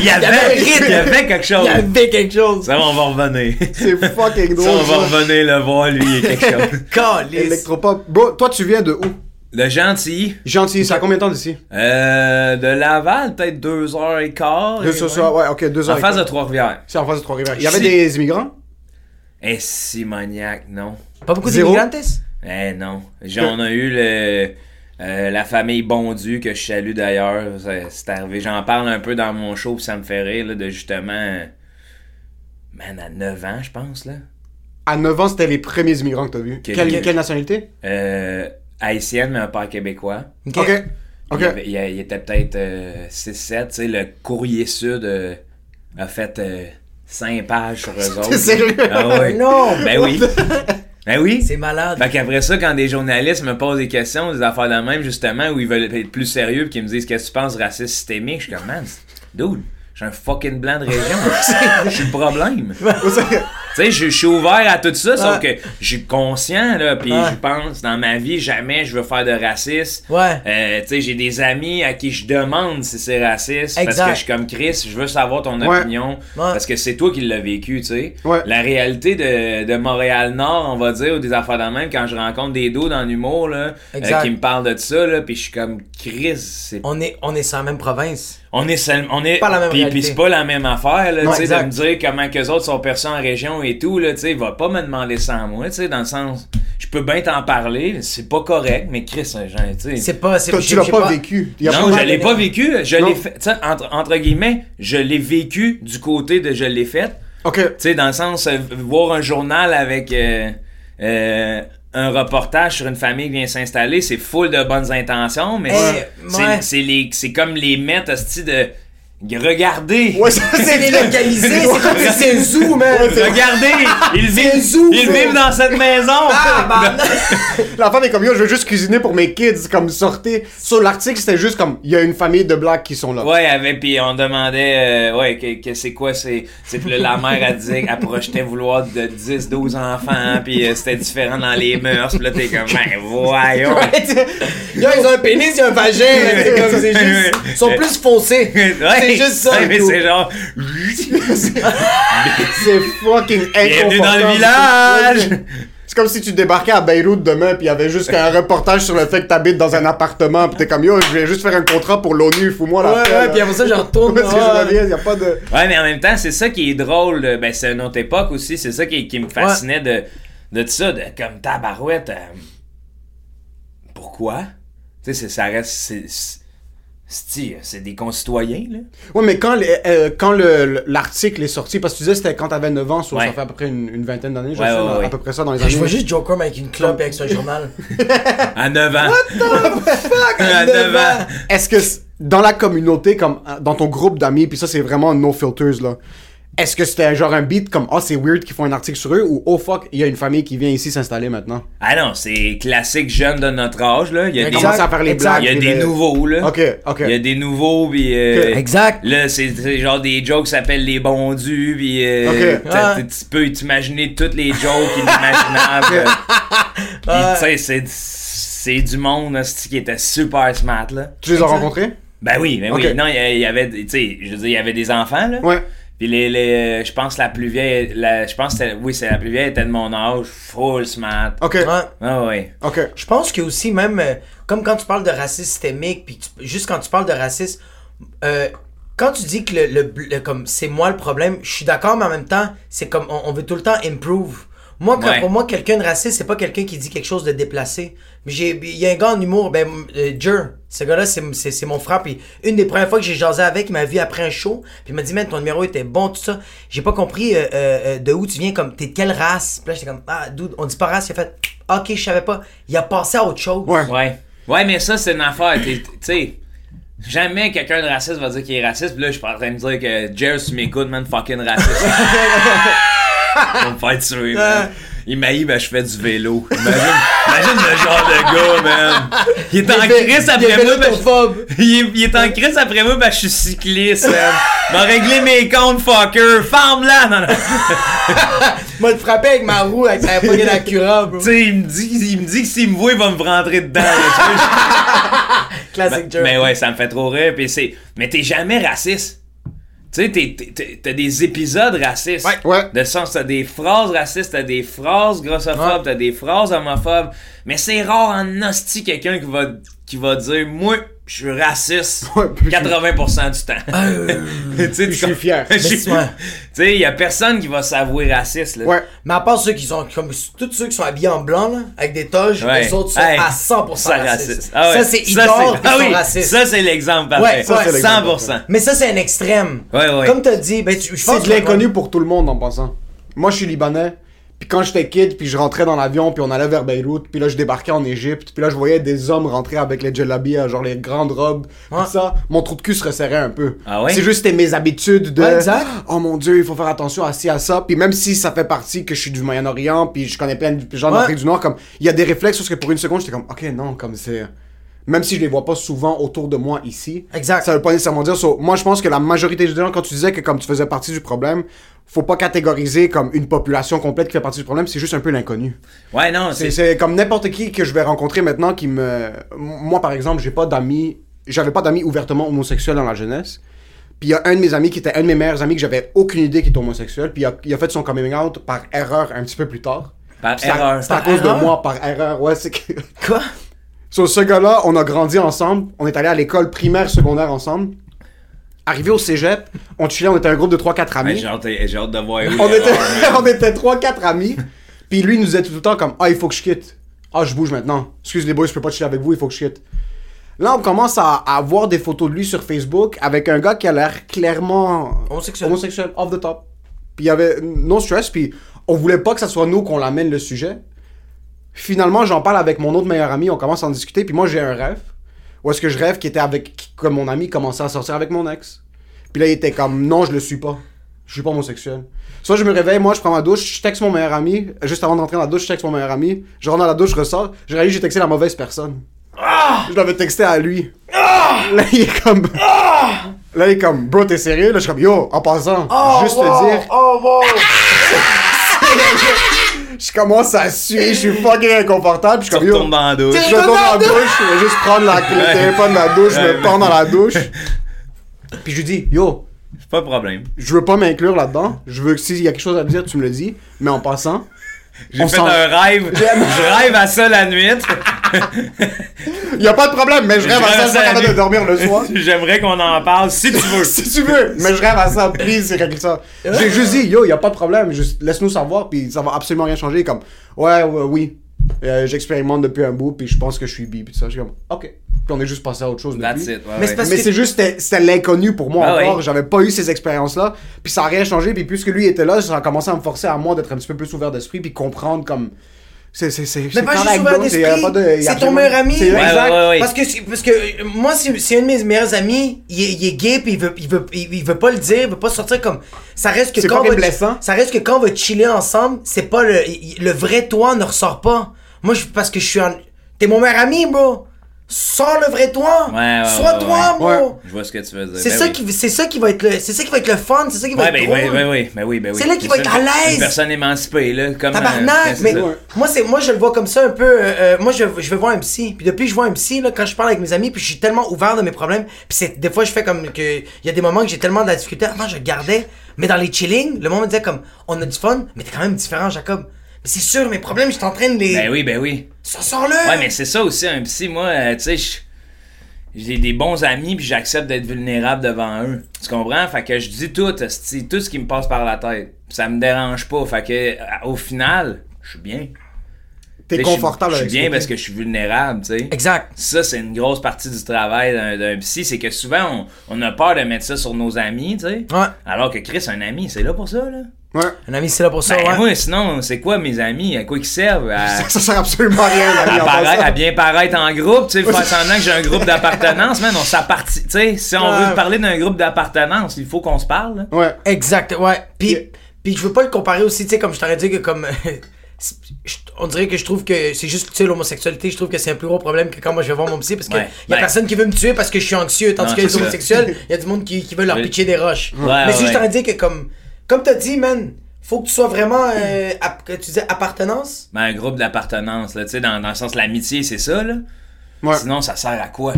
S5: Il y avait
S3: avait un
S5: un rythme, il y avait quelque
S3: Il
S5: chose.
S3: y avait quelque chose.
S5: Ça, on va revenir.
S4: C'est fucking drôle.
S5: Ça, on
S4: ça.
S5: va revenir le voir, lui, il y a quelque chose.
S3: Calisse.
S4: Electropop. Bro, toi, tu viens de où?
S5: Le gentil,
S4: Gentil, ça a combien de temps d'ici?
S5: euh, de Laval, peut-être deux heures et quart.
S4: Deux
S5: et
S4: sur ça, ouais, ok, deux
S5: En
S4: heures. et
S5: face de
S4: quart.
S5: Trois-Rivières.
S4: C'est en face de Trois-Rivières. Il y avait
S5: Si.
S4: des immigrants?
S5: Eh, si, maniaque, non.
S3: Pas beaucoup
S4: Zéro.
S3: d'immigrantes?
S5: Eh non. Genre, on a eu le, euh, la famille Bondu que je salue d'ailleurs. Ça- C'est arrivé. J'en parle un peu dans mon show, puis ça me fait rire là, de justement. euh, Man, à 9 ans, je pense, là.
S4: À 9 ans, c'était les premiers immigrants que t'as vus.
S5: Quel-
S4: Quelle, quelle nationalité?
S5: Euh, haïtienne, mais un père québécois.
S3: Ok.
S4: Ok. Ok.
S5: Il, y avait- il y a- il était peut-être euh, 6-7, tu sais, le courrier sud euh, a fait 5 pages sur eux autres.
S4: sérieux?
S5: Ah ouais.
S3: Non.
S5: Ben oui. Ben oui.
S3: C'est malade.
S5: Fait qu'après ça, quand des journalistes me posent des questions, des affaires de même, justement, où ils veulent être plus sérieux, puis qu'ils me disent qu'est-ce que tu penses racisme systémique, je suis comme, man, dude, j'ai un fucking blanc de région. Je suis le problème. Tu sais, je je suis ouvert à tout ça, sauf que je suis conscient, là, puis
S3: Ouais.
S5: je pense, dans ma vie, jamais je veux faire de racisme.
S3: Ouais.
S5: Euh, tu sais, j'ai des amis à qui je demande si c'est raciste, parce
S3: Exact.
S5: que je suis comme Chris, je veux savoir ton
S4: Ouais.
S5: opinion, parce que c'est toi qui l'as vécu, tu sais.
S4: Ouais.
S5: La réalité de, de Montréal-Nord, on va dire, ou des affaires de même, quand je rencontre des dos dans l'humour, là, euh,
S3: Exact.
S5: qui me parlent de ça, là, puis je suis comme Chris, c'est
S3: On est, on est sur la même province.
S5: on est seul- on est
S3: Pas la même
S5: puis,
S3: réalité.
S5: puis c'est pas la même affaire là,
S3: Non,
S5: tu sais, de
S3: exact.
S5: me dire comment que les autres sont perçus en région et tout là, tu sais, va pas me demander ça à moi, tu sais, dans le sens je je peux bien t'en parler, c'est pas correct, mais Chris, hein, j'en- tu sais.
S3: C'est pas. c'est-
S4: Toi,
S3: j'ai-
S4: tu l'as
S3: j'ai
S4: pas vécu. Il y a
S5: Non,
S4: pas-
S5: je l'ai pas vécu. Je
S4: Non.
S5: l'ai fait. tu sais, entre, entre guillemets, je l'ai vécu du côté de je l'ai fait.
S4: Ok.
S5: Tu sais, dans le sens, euh, voir un journal avec euh, euh, un reportage sur une famille qui vient s'installer, c'est full de bonnes intentions, mais
S3: Eh,
S5: c'est-
S3: ouais.
S5: c'est- c'est les- c'est comme les mettre hostie, de regarder.
S4: Ouais, ça,
S3: C'est délocalisé, c'est comme si c'est un zoo, man.
S5: Regardez, ils
S3: C'est
S5: vivent,
S3: zoo,
S5: ils
S3: c'est-
S5: vivent dans cette maison.
S3: Ah, bah, non.
S4: La femme est comme yo, je veux juste cuisiner pour mes kids, comme sortez. Sur l'article, c'était juste comme il y a une famille de blacks qui sont là.
S5: Ouais, avec puis on demandait euh, ouais que, que c'est quoi c'est c'est puis là, la mère elle disait elle projetait vouloir de 10 12 enfants puis euh, c'était différent dans les mœurs. Puis là t'es comme ben voyons.
S3: Yo, ils ont un pénis, ils ont un vagin. C'est comme, c'est juste- Ils sont plus foncés.
S5: Ouais,
S3: C'est juste ça.
S5: ouais, mais
S3: tout.
S5: c'est genre
S4: C'est fucking inconfortable.
S5: Bienvenue dans le village.
S4: C'est comme si tu débarquais à Beyrouth demain puis il y avait juste un reportage sur le fait que t'habites dans un appartement puis t'es comme yo, je viens juste faire un contrat pour l'ONU, fous-moi la
S3: Ouais,
S4: paix,
S3: ouais,
S4: là.
S3: puis après ça, je retourne. ah.
S4: Ouais, si
S3: ouais.
S4: je reviens, y a pas de.
S5: Ouais, mais en même temps, c'est ça qui est drôle. euh, Ben, c'est une autre époque aussi. C'est ça qui, qui me fascinait de, de tout ça. De, comme tabarouette. euh, pourquoi? Tu sais, c'est- ça reste. c'est- c'est- c'est- C'est des concitoyens, là.
S4: Ouais, mais quand les- euh, quand le- le- l'article est sorti, parce que tu disais c'était quand t'avais 9 ans, soit
S5: Ouais.
S4: ça fait à peu près une, une vingtaine d'années, je
S5: Ouais,
S4: sais,
S5: ouais,
S4: à-
S5: ouais.
S4: à peu près ça dans les années.
S3: Je vois juste Joker mais avec une clope et avec son journal.
S5: À 9 ans. à 9
S3: 9
S5: ans.
S3: ans.
S4: Est-ce que c- dans la communauté, comme euh, dans ton groupe d'amis, puis ça c'est vraiment no filters là, est-ce que c'était genre un beat comme oh c'est weird qu'ils font un article sur eux ou oh fuck il y a une famille qui vient ici s'installer maintenant?
S5: Ah non, c'est classique jeune de notre âge, là. Il y a des,
S4: Exact, commence à faire les
S3: exact.
S4: blagues.
S5: il y a des
S4: les-
S5: nouveaux, là.
S4: Ok, ok.
S5: Il y a des nouveaux, puis. euh,
S3: Ok. Exact.
S5: Là, c'est c'est genre des jokes qui s'appellent les bondus, puis. euh,
S4: Ok.
S3: Ouais.
S5: t'as- t'as- Tu peux t'imaginer toutes les jokes inimaginables. Puis, tu sais, c'est. C'est du monde hostie, qui était super smart, là.
S4: Tu les as rencontrés?
S5: Ben oui, ben
S4: Ok.
S5: oui. Non, il y a- il y avait, tu sais, je veux dire, il y avait des enfants, là.
S4: Ouais.
S5: Puis les, les, je pense la plus vieille, la, je pense, que c'était- oui, c'est la plus vieille, elle était de mon âge, full smart.
S4: Ok,
S3: Ouais.
S5: Ah oui.
S4: ok.
S3: Je pense que aussi, même, euh, comme quand tu parles de racisme systémique, puis tu- juste quand tu parles de racisme, euh, quand tu dis que le, le bl- le- comme c'est moi le problème, je suis d'accord, mais en même temps, c'est comme on, on veut tout le temps improve. Moi, quand-
S5: Ouais.
S3: pour moi, quelqu'un de raciste, c'est pas quelqu'un qui dit quelque chose de déplacé. Mais j'ai- Il y a un gars en humour, ben, euh, Jer, ce gars-là, c'est- c'est c'est mon frère. Puis une des premières fois que j'ai jasé avec, il m'a vu après un show, puis il m'a dit, man, ton numéro était bon, tout ça. J'ai pas compris euh, euh, euh, de où tu viens, comme, t'es de quelle race. Puis là, j'étais comme, ah, dude, on dit pas race. Il a fait, ok, je savais pas. Il a passé à autre chose.
S4: Ouais.
S5: Ouais. Ouais, mais ça, c'est une affaire. t'es- Tu sais, jamais quelqu'un de raciste va dire qu'il est raciste. Puis là, je suis en train de dire que Jerry, si tu m'écoutes, man, fucking raciste. On me faire tuer, man. Il m'a dit, ben, je fais du vélo. Imagine, imagine le genre de gars, man. Il est en crise Ah, après moi, ben,
S3: Homophobe.
S5: je- il est, il est en crise après moi, ben, je suis cycliste, man. M'a réglé mes comptes, fucker. Ferme-la! Non, non.
S3: Moi, le frappé avec ma roue, avec sa poignée d'acura, bro.
S5: Tu sais, il me dit, il me dit que s'il me voit, il va me rentrer dedans. là. Tu sais, je-
S3: Classic Jer.
S5: Mais Ben, ouais, ça me fait trop rire. Puis c'est... Mais t'es jamais raciste. Tu sais, t'es- t'es- t'es- t'as des épisodes racistes.
S4: Ouais. Ouais.
S5: De sens, t'as des phrases racistes, t'as des phrases grossophobes, t'as des phrases homophobes. Mais c'est rare en hostie quelqu'un qui va, qui va dire Moi, je suis raciste
S4: Ouais, puis je- Euh,
S5: 80% du temps. Tu sais, tu
S4: je suis
S5: com-
S4: fier.
S5: Je suis-
S3: Mais c'est- ouais.
S5: Tu sais, y a personne qui va s'avouer raciste. Là.
S4: Ouais.
S3: Mais à part ceux qui sont comme tous ceux qui sont habillés en blanc là, avec des toges,
S5: Ouais.
S3: les autres sont
S5: Hey,
S3: à 100%
S5: ça,
S3: racistes.
S5: raciste. Ah ouais.
S3: Ça c'est
S5: Ça,
S3: Idor
S5: c'est-
S3: qui
S5: ah
S3: sont
S5: oui,
S3: racistes.
S5: Ça, c'est l'exemple parfait.
S3: Ouais, ça, c'est
S4: l'exemple
S5: 100%.
S3: mais ça c'est un extrême.
S5: Hein. Ouais, ouais.
S3: Comme t'as dit, ben tu, je pense
S4: C'est de l'inconnu pour tout le monde en passant. Moi, je suis libanais. Puis quand j'étais kid, puis je rentrais dans l'avion, puis on allait vers Beyrouth, puis là je débarquais en Égypte, puis là je voyais des hommes rentrer avec les djellabia, genre les grandes robes, tout
S3: Ouais.
S4: ça, mon trou de cul se resserrait un peu.
S5: Ah ouais?
S4: C'est juste c'était mes habitudes de
S3: Ouais, exact.
S4: oh mon dieu, il faut faire attention à ci à ça, puis même si ça fait partie que je suis du Moyen-Orient, puis je connais plein de gens
S3: Ouais.
S4: d'Afrique du Nord comme il y a des réflexes parce que pour une seconde, j'étais comme OK, non, comme c'est même si je les vois pas souvent autour de moi ici.
S3: Exact.
S4: Ça veut pas nécessairement dire. so, moi, je pense que la majorité des gens, quand tu disais que comme tu faisais partie du problème, faut pas catégoriser comme une population complète qui fait partie du problème, c'est juste un peu l'inconnu.
S5: Ouais, non,
S4: C'est- C'est comme n'importe qui que je vais rencontrer maintenant qui me. M- Moi, par exemple, j'ai pas d'amis. J'avais pas d'amis ouvertement homosexuels dans la jeunesse. Puis il y a un de mes amis qui était un de mes meilleurs amis que j'avais aucune idée qu'il était homosexuel. Puis il a, il a fait son coming out par erreur un petit peu plus tard.
S5: Par
S4: Puis c'est à-
S5: erreur. Ah,
S4: C'est à
S5: Par
S4: cause
S3: erreur?
S4: de moi, par erreur. Ouais, c'est que.
S3: Quoi
S4: So, ce gars-là, on a grandi ensemble. On est allé à l'école primaire, secondaire ensemble. Arrivé au cégep, on chillait, on était un groupe de 3-4
S5: Ouais, euh,
S4: amis.
S5: J'ai hâte, j'ai hâte de voir où
S4: on,
S5: il va.
S4: était, on était 3-4 amis. Puis lui, il nous disait tout le temps comme Ah, il faut que je quitte. Ah, je bouge maintenant. Excuse les boys, je peux pas chiller avec vous, il faut que je quitte. Là, on commence à, à voir des photos de lui sur Facebook avec un gars qui a l'air clairement
S3: Homosexuel.
S4: off the top. Puis il y avait no stress, puis on voulait pas que ça soit nous qu'on l'amène le sujet. Finalement, j'en parle avec mon autre meilleur ami, on commence à en discuter, puis moi j'ai un rêve. Ou est-ce que je rêve qui était avec qui- que mon ami commençait à sortir avec mon ex. Puis là, il était comme non, je le suis pas. Je suis pas homosexuel. Soit je me réveille, moi je prends ma douche, je texte mon meilleur ami, juste avant d'entrer dans la douche, je texte mon meilleur ami, je rentre dans la douche, je ressors, je réalise que j'ai texté la mauvaise personne. Je l'avais texté à lui. Là, il est comme. Là, il est comme, bro, t'es sérieux? Là, je suis comme, yo, en passant, juste te dire.
S3: Oh, wow!
S4: Je commence à suer, je suis fucking inconfortable. puis Je suis comme, yo.
S5: retournes dans la douche.
S4: Je tombe dans la douche, je vais juste prendre la, le téléphone de la douche,
S5: Ouais,
S4: me
S5: mais-
S4: prendre dans la douche. Puis je lui dis, yo,
S5: Pas de problème.
S4: je veux pas m'inclure là-dedans. Je veux que s'il y a quelque chose à me dire, tu me le dis. Mais en passant,
S5: J'ai
S4: On
S5: fait
S4: s'en-
S5: un rêve. Je rêve à ça la nuit.
S4: y a pas de problème, mais je rêve à ça, je suis pas capable de dormir le soir.
S5: J'aimerais qu'on en parle si tu veux.
S4: si tu veux, mais je rêve à ça, please, c'est quelque chose. J'ai juste dit, yo, y a pas de problème, juste laisse-nous savoir, puis ça va absolument rien changer. Comme, ouais, ouais, oui, Euh, j'expérimente depuis un bout, puis je pense que je suis bi, puis ça, je suis comme, ok. Puis on est juste passé à autre chose.
S5: That's
S4: depuis.
S5: it. ouais,
S3: Mais
S5: ouais.
S3: c'est parce
S4: mais
S3: que-
S4: c'est juste, c'était- c'était l'inconnu pour moi
S5: Ah
S4: encore.
S5: oui.
S4: J'avais pas eu ces expériences-là. Puis ça a rien changé. Puis puisque lui était là, ça a commencé à me forcer à moi d'être un petit peu plus ouvert d'esprit. Puis comprendre comme. C'est. c'est- c'est-
S3: Mais
S4: c'est
S3: pas
S4: correct,
S3: juste ouvert
S4: bro, c'est- y a
S3: d'esprit.
S4: pas de- y a
S3: C'est ton
S4: absolument-
S3: meilleur ami.
S4: C'est
S5: Ouais,
S4: exact.
S5: ouais, ouais.
S3: Parce que c'est- parce que euh, moi c'est c'est un de mes meilleurs amis, il est, il est gay puis il veut il veut il, il veut pas le dire, il veut pas sortir comme ça reste que
S4: C'est
S3: quand
S4: pas
S3: on va
S4: blessant.
S3: ça reste que quand on va chiller ensemble, c'est pas le il- le vrai toi ne ressort pas. Moi je parce que je suis en t'es mon meilleur ami, bro. Sors le vrai toi.
S5: Ouais, ouais,
S3: Sois
S5: ouais,
S3: toi,
S5: ouais.
S3: bro.
S4: Ouais.
S5: Je vois ce que tu veux dire.
S3: C'est
S5: Ben
S3: ça
S5: oui.
S3: qui c'est ça qui va être le c'est ça qui va être le fun, c'est ça qui va
S5: Ouais,
S3: être
S5: ben,
S3: drôle.
S5: ouais, ouais, ouais, ben oui, ben oui.
S3: C'est là qu'il va
S5: C'est
S3: être
S5: ça,
S3: à l'aise.
S5: Une personne émancipée, là. Comme, euh,
S3: Tabarnak,
S5: c'est
S3: mais
S5: ça.
S3: moi c'est moi je le vois comme ça un peu euh, euh, moi je, je vais voir un psy. Puis depuis que je vois un psy là quand je parle avec mes amis puis je suis tellement ouvert de mes problèmes, puis c'est des fois je fais comme que il y a des moments que j'ai tellement de la difficulté, avant je gardais mais dans les chillings, le monde me disait comme on a du fun, mais t'es quand même différent Jacob. Mais c'est sûr mes problèmes, je t'entraîne les
S5: Ben oui, ben oui.
S3: ça sort le.
S5: Ouais, mais c'est ça aussi, un psy, moi, euh, tu sais, je- j'ai des bons amis, puis j'accepte d'être vulnérable devant eux. Tu comprends? Fait que je dis tout, esti, tout ce qui me passe par la tête. Ça me dérange pas. Fait que, euh, au final, je suis bien.
S4: T'es
S5: Tu sais, je suis-
S4: confortable avec
S5: Je suis bien parce que je suis vulnérable, tu sais.
S3: Exact.
S5: Ça, c'est une grosse partie du travail d'un- d'un psy. C'est que souvent, on, on a peur de mettre ça sur nos amis, tu sais.
S3: Ouais.
S5: Alors que Chris, un ami, c'est là pour ça, là.
S4: Ouais.
S3: Un ami c'est là pour ça,
S5: Ben,
S3: ouais.
S5: moi, sinon, c'est quoi mes amis? À quoi ils servent? À,
S4: Ça sert absolument à rien,
S5: à
S4: la vie, en
S5: paraître-
S4: passant.
S5: à bien paraître en groupe, tu sais, faire semblant que j'ai un groupe d'appartenance, man, on s'appartit, tu sais, si on
S3: Ouais.
S5: veut parler d'un groupe d'appartenance, il faut qu'on se parle, là.
S4: Ouais.
S3: Exact, ouais. Puis,
S4: Yeah.
S3: puis je veux pas le comparer aussi, tu sais, comme je t'aurais dit que comme... c'est- je- on dirait que je trouve que c'est juste, tu sais, l'homosexualité, je trouve que c'est un plus gros problème que quand moi je vais voir mon psy parce que
S5: Ouais.
S3: y a
S5: Ben.
S3: personne qui veut me tuer parce que je suis anxieux, tandis
S5: Non,
S3: que les
S5: c'est ça.
S3: homosexuels, y a du monde qui, qui veut leur
S5: Oui.
S3: pitcher des roches.
S5: Ouais,
S3: Mais si
S5: ouais.
S3: je t'aurais dit que comme... Comme t'as dit, man, faut que tu sois vraiment... euh, app- que tu disais appartenance?
S5: Ben, un groupe d'appartenance, là, tu sais, dans, dans le sens, l'amitié, c'est ça, là.
S4: Ouais.
S5: Sinon, ça sert à quoi?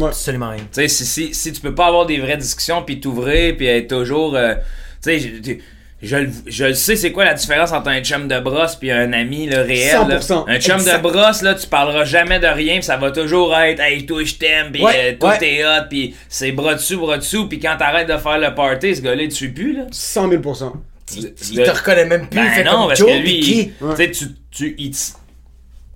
S3: Absolument rien.
S5: Tu sais, si, si, si tu peux pas avoir des vraies discussions, puis t'ouvrir, puis être toujours. euh, tu sais, je, tu- je, le- je le sais, c'est quoi la différence entre un chum de brosse puis un ami le réel. là.
S4: 100%,
S5: Un chum
S3: exact.
S5: de brosse, là, tu parleras jamais de rien, pis ça va toujours être Hey, toi, je t'aime, puis
S3: Ouais,
S5: euh, toi,
S3: ouais.
S5: t'es hot, puis c'est bras dessus, bras dessous, puis quand t'arrêtes de faire le party, ce gars-là, tu plus, là.
S4: 100 000
S3: Il te reconnaît même plus,
S5: Ben
S3: fait
S5: non,
S3: comme
S5: parce
S3: Joe,
S5: que lui,
S3: puis qui?
S5: il- tu sais, tu, tu, il te-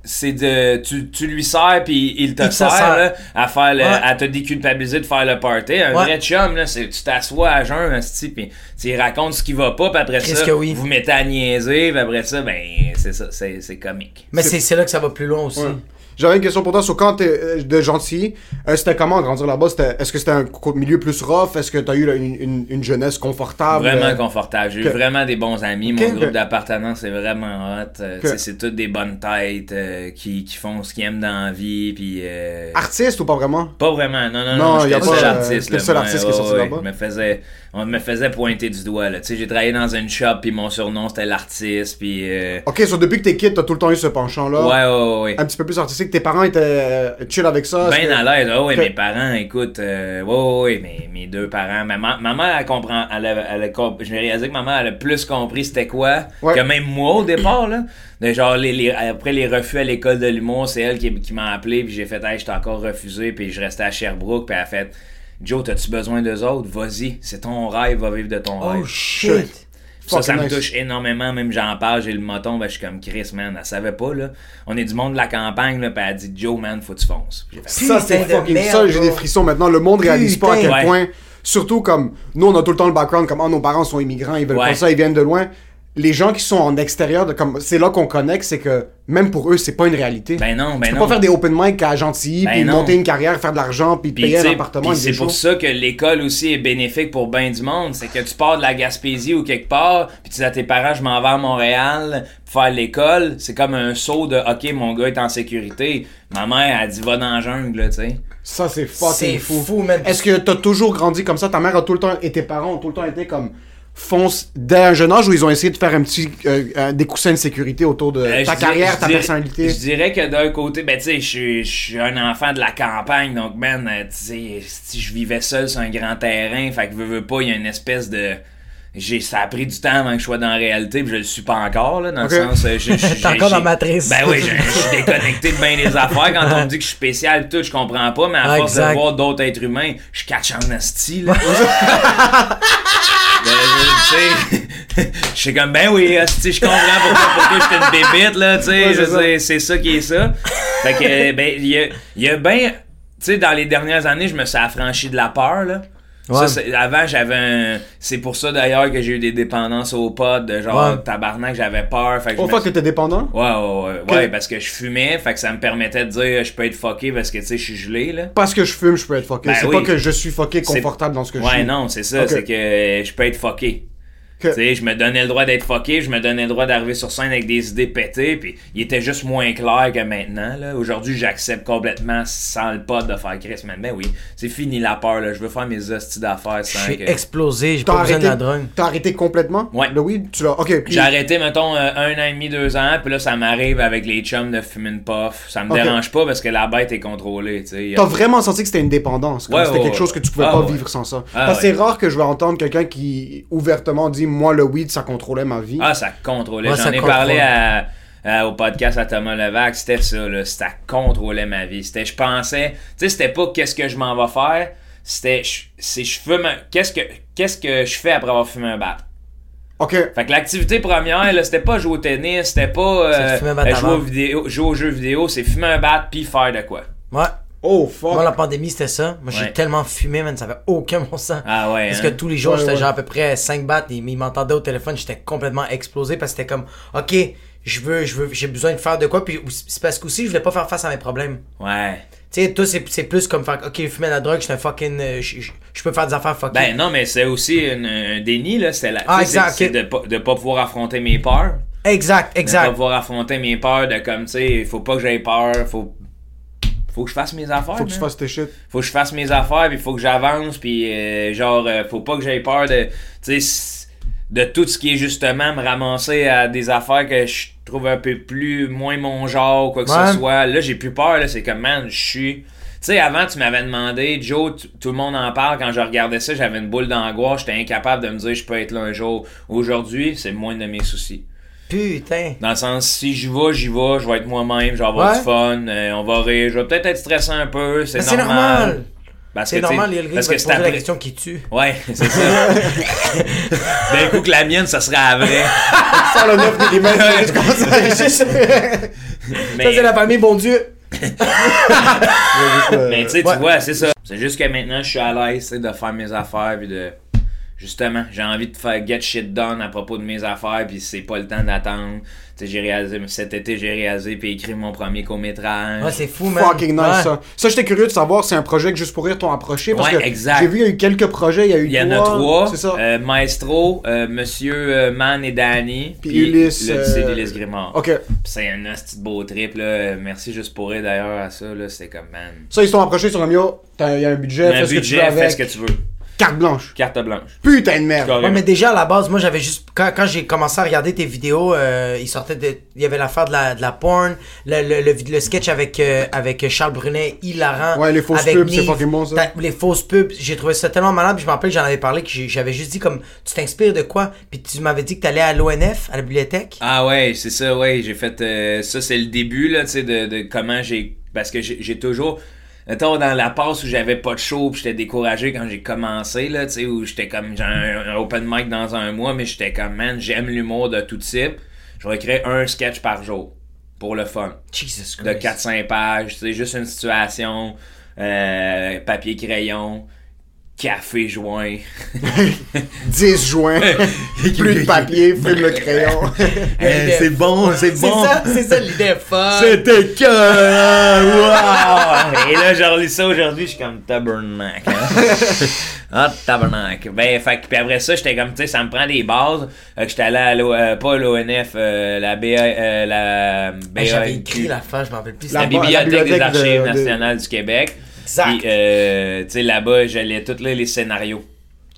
S5: c'est de, tu, tu lui sers puis il te
S3: Il te
S5: sert,
S3: sert.
S5: là, à faire le-
S3: Ouais.
S5: à te déculpabiliser de faire le party. Un
S3: Ouais.
S5: vrai chum là, c'est tu t'assois à jeun asti puis tu lui racontes ce qui va pas puis après
S3: Chris
S5: ça
S3: que oui.
S5: vous mettez à niaiser puis après ça ben c'est ça c'est c'est comique.
S3: Mais c'est c'est là que ça va plus loin aussi.
S4: J'avais une question pour toi sur quand t'es euh, de gentil, euh, c'était comment grandir là-bas C'était- Est-ce que c'était un co- milieu plus rough Est-ce que t'as eu là, une, une- une jeunesse
S3: Ah,
S4: confortable
S5: Vraiment
S4: Euh,
S5: confortable. J'ai eu
S4: que-
S5: vraiment des bons amis.
S4: Ok.
S5: Mon groupe d'appartenance est vraiment hot. Euh,
S4: Que-
S5: tu sais, C'est toutes des bonnes têtes euh, qui, qui font ce qu'ils aiment dans la vie. Puis, euh,
S4: Artiste ou pas vraiment
S5: Pas vraiment, non,
S4: Non,
S5: non, non.
S4: y a
S5: J'étais
S4: pas,
S5: le seul
S4: euh,
S5: artiste.
S4: t'es le
S5: là,
S4: seul
S5: moi,
S4: artiste qui est sorti
S5: ouais,
S4: là-bas.
S5: ouais, me faisait- On me faisait pointer du doigt, là. Tu sais, j'ai travaillé dans une shop, puis mon surnom, c'était l'artiste, puis... euh,
S4: Ok, so depuis que t'es kid, t'as tout le temps eu ce penchant-là.
S5: Ouais, ouais, ouais.
S4: Ah, Un petit peu plus artistique. Tes parents étaient euh, chill avec ça.
S5: Ben
S4: Est-ce
S5: à
S4: que-
S5: l'aise. Ah ouais,
S4: que-
S5: mes parents, écoute, euh, ouais, ouais, ouais, mes, mes deux parents. Maman, maman elle comprend, elle a, elle a comp- j'ai réalisé que maman, elle a plus compris c'était quoi
S4: Ouais.
S5: que même moi au départ, là. De genre, les, les- après les refus à l'école de l'humour, c'est elle qui, qui m'a appelé, puis j'ai fait, hey, je t'ai encore refusé, puis je restais à Sherbrooke, puis elle a fait, Joe, t'as-tu besoin d'eux autres? Vas-y, c'est ton rêve, va vivre de ton rêve.
S3: Oh shit!
S5: Ça, ça
S4: Oh, Fucking
S5: me
S4: nice.
S5: touche énormément. Même j'en parle, j'ai le moton, ben, je suis comme Chris, man. Elle savait pas, là. On est du monde de la campagne, là, pis elle dit Joe, man, faut que tu fonces. Puis j'ai fait,
S4: Ça, c'est
S3: Putain de
S4: fucking
S3: merde,
S4: ça, j'ai
S3: bro.
S4: des frissons maintenant. Le monde réalise pas à quel
S3: Putain.
S5: Ouais.
S4: point. Surtout comme nous, on a tout le temps le background, comme Ah, nos parents sont immigrants, ils veulent
S5: Ouais.
S4: pas ça, ils viennent de loin. Les gens qui sont en extérieur, de, comme c'est là qu'on connecte, c'est que même pour eux, c'est pas une réalité.
S5: Ben non, ben
S4: tu peux
S5: non.
S4: pas faire des open mic à Gentilly,
S5: Ben
S4: puis
S5: non.
S4: monter une carrière, faire de l'argent, puis
S5: Puis,
S4: payer
S5: tu
S4: un
S5: sais,
S4: appartement.
S5: puis
S4: et des
S5: c'est pour
S4: choses.
S5: ça que l'école aussi est bénéfique pour bien du monde. C'est que tu pars de la Gaspésie ou quelque part, puis tu dis à tes parents, je m'en vais à Montréal pour faire l'école. C'est comme un saut de, OK, mon gars est en sécurité. Ma mère, elle dit, va dans la jungle, là, tu sais.
S4: Ça, c'est fucking
S3: C'est
S4: fou.
S3: fou, man.
S4: Est-ce que t'as toujours grandi comme ça? Ta mère a tout le temps, et tes parents ont tout le temps été comme fonce dès un jeune âge où ils ont essayé de faire un petit, euh, euh, des coussins de sécurité autour de
S5: Euh,
S4: ta
S5: je dirais-
S4: carrière,
S5: je
S4: ta
S5: dirais-
S4: personnalité.
S5: Je dirais que d'un côté, ben tu sais, je suis- je suis un enfant de la campagne, donc man, euh, tu sais, si je vivais seul sur un grand terrain, fait que veux, veux pas, il y a une espèce de... J'ai, ça a pris du temps avant que je sois dans la réalité, puis je le suis pas encore, là, dans
S4: Ok.
S5: le sens... euh, je- je- j'ai-
S3: encore dans
S5: j'ai-
S3: Matrice.
S5: Ben oui, je, je suis déconnecté de bien des affaires. Quand on me dit que je suis spécial et tout, je comprends pas, mais à
S3: Ah,
S5: force
S3: exact.
S5: de voir d'autres êtres humains, je catch en esti, là. Ben, je- tu sais, je suis comme, ben oui, hostie, je comprends pourquoi, pourquoi j'étais une bébite, là, tu sais,
S4: Ouais, c'est
S5: je
S4: ça.
S5: sais, c'est ça qui est ça. Fait que, euh, ben, il y a, il y a ben, tu sais, dans les dernières années, je me suis affranchi de la peur, là. Ça,
S3: Ouais.
S5: c'est- avant, j'avais un... C'est pour ça, d'ailleurs, que j'ai eu des dépendances au pot, de genre,
S3: Ouais.
S5: tabarnak, j'avais peur, fait que je
S4: Au
S5: me
S4: fait que
S5: suis-
S4: t'étais dépendant?
S5: Ouais, ouais, ouais, ouais, parce que je fumais, fait que ça me permettait de dire, je peux être fucké parce que, tu sais, je suis gelé, là.
S4: Parce que je fume, je peux être fucké.
S5: Ben
S4: c'est
S5: oui.
S4: pas que je suis fucké
S5: C'est-
S4: confortable dans ce que je
S5: ouais,
S4: suis.
S5: non, c'est ça,
S4: Ok.
S5: c'est que je peux être fucké.
S4: Que-
S5: Tu sais, je me donnais le droit d'être fucké, je me donnais le droit d'arriver sur scène avec des idées pétées, puis il était juste moins clair que maintenant. là. Aujourd'hui, j'accepte complètement sans le pot de faire Chris, mais ben oui, c'est fini la peur, là. je veux faire mes hosties d'affaires
S3: Je
S5: sans
S3: suis
S5: que-
S3: explosé, j'ai
S4: T'as
S3: pas besoin de
S4: arrêté,
S3: la drogue.
S4: t'as arrêté complètement?
S5: Ouais.
S4: Le weed, tu l'as. Ok. puis-
S5: J'ai arrêté, mettons, euh, un an et demi, deux ans, puis là, ça m'arrive avec les chums de fumer une puff. Ça me
S4: Ok.
S5: dérange pas parce que la bête est contrôlée, tu sais.
S4: T'as vraiment senti que c'était une dépendance. comme
S5: Ouais,
S4: c'était
S5: ouais,
S4: quelque
S5: ouais.
S4: chose que tu pouvais
S5: Ah,
S4: pas
S5: ouais.
S4: vivre sans ça.
S5: Ah,
S4: Parce que c'est
S5: ouais.
S4: rare que je vais entendre quelqu'un qui ouvertement dit Moi, le weed, ça contrôlait ma vie.
S5: Ah, ça contrôlait.
S3: Ouais,
S5: J'en
S3: ça
S5: ai
S3: contrôle.
S5: parlé à- à- au podcast à Thomas Levac. C'était ça, là. Ça contrôlait ma vie. C'était, je pensais, tu sais, c'était pas qu'est-ce que je m'en vais faire. C'était, je- c'est, je fume un- qu'est-ce que, qu'est-ce que je fais après avoir fumé un bat?
S4: ok.
S5: Fait que l'activité première, là, c'était pas jouer au tennis, c'était pas euh,
S3: C'est de fumer un bat
S5: jouer,
S3: avant.
S5: aux vidéo, jouer aux jeux vidéo, c'est fumer un bat puis faire de quoi.
S3: Ouais.
S4: Oh fuck.
S3: Moi, la pandémie, c'était ça. Moi, j'ai
S5: Ouais.
S3: tellement fumé, man, ça avait aucun bon sens.
S5: Ah ouais,
S3: Parce
S5: hein?
S3: que tous les jours,
S4: Ouais,
S3: j'étais
S4: ouais.
S3: genre à peu près 5 battes, et- mais ils m'entendaient au téléphone, j'étais complètement explosé parce que c'était comme, OK, je veux, je veux, j'ai besoin de faire de quoi, puis c'est parce qu'aussi, je voulais pas faire face à mes problèmes.
S5: Ouais.
S3: Tu sais, toi, c'est c'est plus comme faire, OK, fumer de la drogue, je suis un fucking, euh, je je- je peux faire des affaires fucking.
S5: Ben non, mais c'est aussi une- un déni, là. C'est la,
S3: Ah,
S5: tu sais,
S3: exact,
S5: c'est,
S3: ok.
S5: c'est de, pas- de pas pouvoir affronter mes peurs.
S3: exact,
S5: de pas
S3: exact.
S5: pouvoir affronter mes peurs de comme tu sais faut pas que j'aie peur faut faut que je fasse mes affaires
S4: Faut que tu
S5: man.
S4: fasses tes shit.
S5: faut que je fasse mes affaires puis faut que j'avance puis euh, genre euh, faut pas que j'aie peur de tu sais s- de tout ce qui est justement me ramasser à des affaires que je trouve un peu plus moins mon genre quoi que
S3: Ouais.
S5: ce soit là j'ai plus peur là c'est comme man je suis tu sais, avant, tu m'avais demandé, Joe, tu- tout le monde en parle. Quand je regardais ça, j'avais une boule d'angoisse. J'étais incapable de me dire, je peux être là un jour. Aujourd'hui, c'est le moins de mes soucis.
S3: Putain.
S5: Dans le sens, si j'y vais, j'y vais, je vais être moi-même, je vais avoir
S3: Ouais.
S5: du fun, euh, on va rire, je vais peut-être être stressant un peu, c'est
S3: Mais c'est
S5: normal.
S3: normal.
S5: Parce
S3: C'est
S5: que, tu sais,
S3: normal, les gars, ils vont
S5: parce
S3: te
S5: que
S3: poser
S5: c'est après...
S3: la question qui tue.
S5: Ouais, c'est ça. D'un coup que la mienne, ça serait à vrai.
S4: Sans le 9 mm, tu commences à
S3: Ça,
S5: Mais,
S3: c'est la famille, bon Dieu.
S5: mais tu sais,
S3: Ouais.
S5: tu vois, c'est ça. C'est juste que maintenant, je suis à l'aise, tu sais, de faire mes affaires, puis de... Justement, j'ai envie de faire get shit done à propos de mes affaires, puis c'est pas le temps d'attendre. Tu sais, j'ai réalisé, cet été, j'ai réalisé, puis écrit mon premier court-métrage.
S3: Ouais, c'est fou, man.
S4: Fucking nice
S3: Ouais.
S4: ça. Ça, j'étais curieux de savoir, c'est un projet que juste pour rire t'ont approché. Parce
S5: Ouais,
S4: que
S5: exact.
S4: j'ai vu, il y a eu quelques projets, il y a eu
S5: Il y en a
S4: trois.
S5: trois.
S4: C'est ça.
S5: Euh, Maestro, euh, Monsieur euh, Mann et Danny.
S4: Puis Ulysse,
S5: Le lycée
S4: euh,
S5: d'Ulysse Grimard.
S4: ok.
S5: Puis C'est un petit beau trip. Là. Merci juste pour eux d'ailleurs à ça. là. C'est comme, man.
S4: Ça, ils sont approchés sur un mio. t'as- Il y a un budget,
S5: Un
S4: fais ce que tu veux
S5: budget,
S4: avec.
S5: fais ce que tu veux.
S4: Carte blanche.
S5: Carte blanche.
S4: Putain de merde.
S3: Ouais, mais déjà à la base, moi j'avais juste quand, quand j'ai commencé à regarder tes vidéos, euh, il sortait de, il y avait l'affaire de la, de la porn, le, le, le, vid- le sketch avec euh, avec Charles Brunet, hilarant.
S4: Ouais, les fausses
S3: avec
S4: pubs, c'est
S3: Nive,
S4: pas Pokémon, ça.
S3: t'as- Les fausses pubs, j'ai trouvé ça tellement malade, puis je me rappelle que j'en avais parlé que j'ai- j'avais juste dit comme tu t'inspires de quoi, puis tu m'avais dit que t'allais à l'ONF, à la bibliothèque.
S5: Ah ouais, c'est ça, ouais. J'ai fait. euh, ça, c'est le début, là, tu sais, de, de comment j'ai. Parce que j'ai j'ai toujours. Mettons, dans la passe où j'avais pas de show, puis j'étais découragé quand j'ai commencé, là, tu sais, où j'étais comme, j'ai un, un open mic dans un mois, mais j'étais comme, man, j'aime l'humour de tout type. Je vais créer un sketch par jour. Pour le fun.
S3: Jesus Christ.
S5: De 4-5 pages, tu sais, juste une situation, euh, papier-crayon, café-joint.
S4: 10 juin, plus de papier, fume le crayon.
S5: Eh, c'est bon, c'est
S3: C'est
S5: bon.
S3: ça, c'est ça l'idée est folle.
S5: C'était que hein? wow! Et là, je relis ça aujourd'hui, je suis comme tabernacle. hein? Ah, tabernacle. Ben, fait que, puis après ça, j'étais comme, tu sais, ça me prend des bases. Fait que j'étais allé à l'O- euh, pas l'ONF, euh, la BA, euh, la
S3: Hey, Ben, Ah, J'avais
S5: BAQ.
S3: écrit la fin, je m'en rappelle plus.
S4: La
S5: euh, La
S3: c'était-
S4: ba-
S5: bibliothèque,
S4: la
S5: des
S4: bibliothèque de-
S5: Archives
S4: de-
S5: nationales du Québec.
S3: Exact.
S5: Puis, euh, tu sais, là-bas, je lis tous les, les scénarios.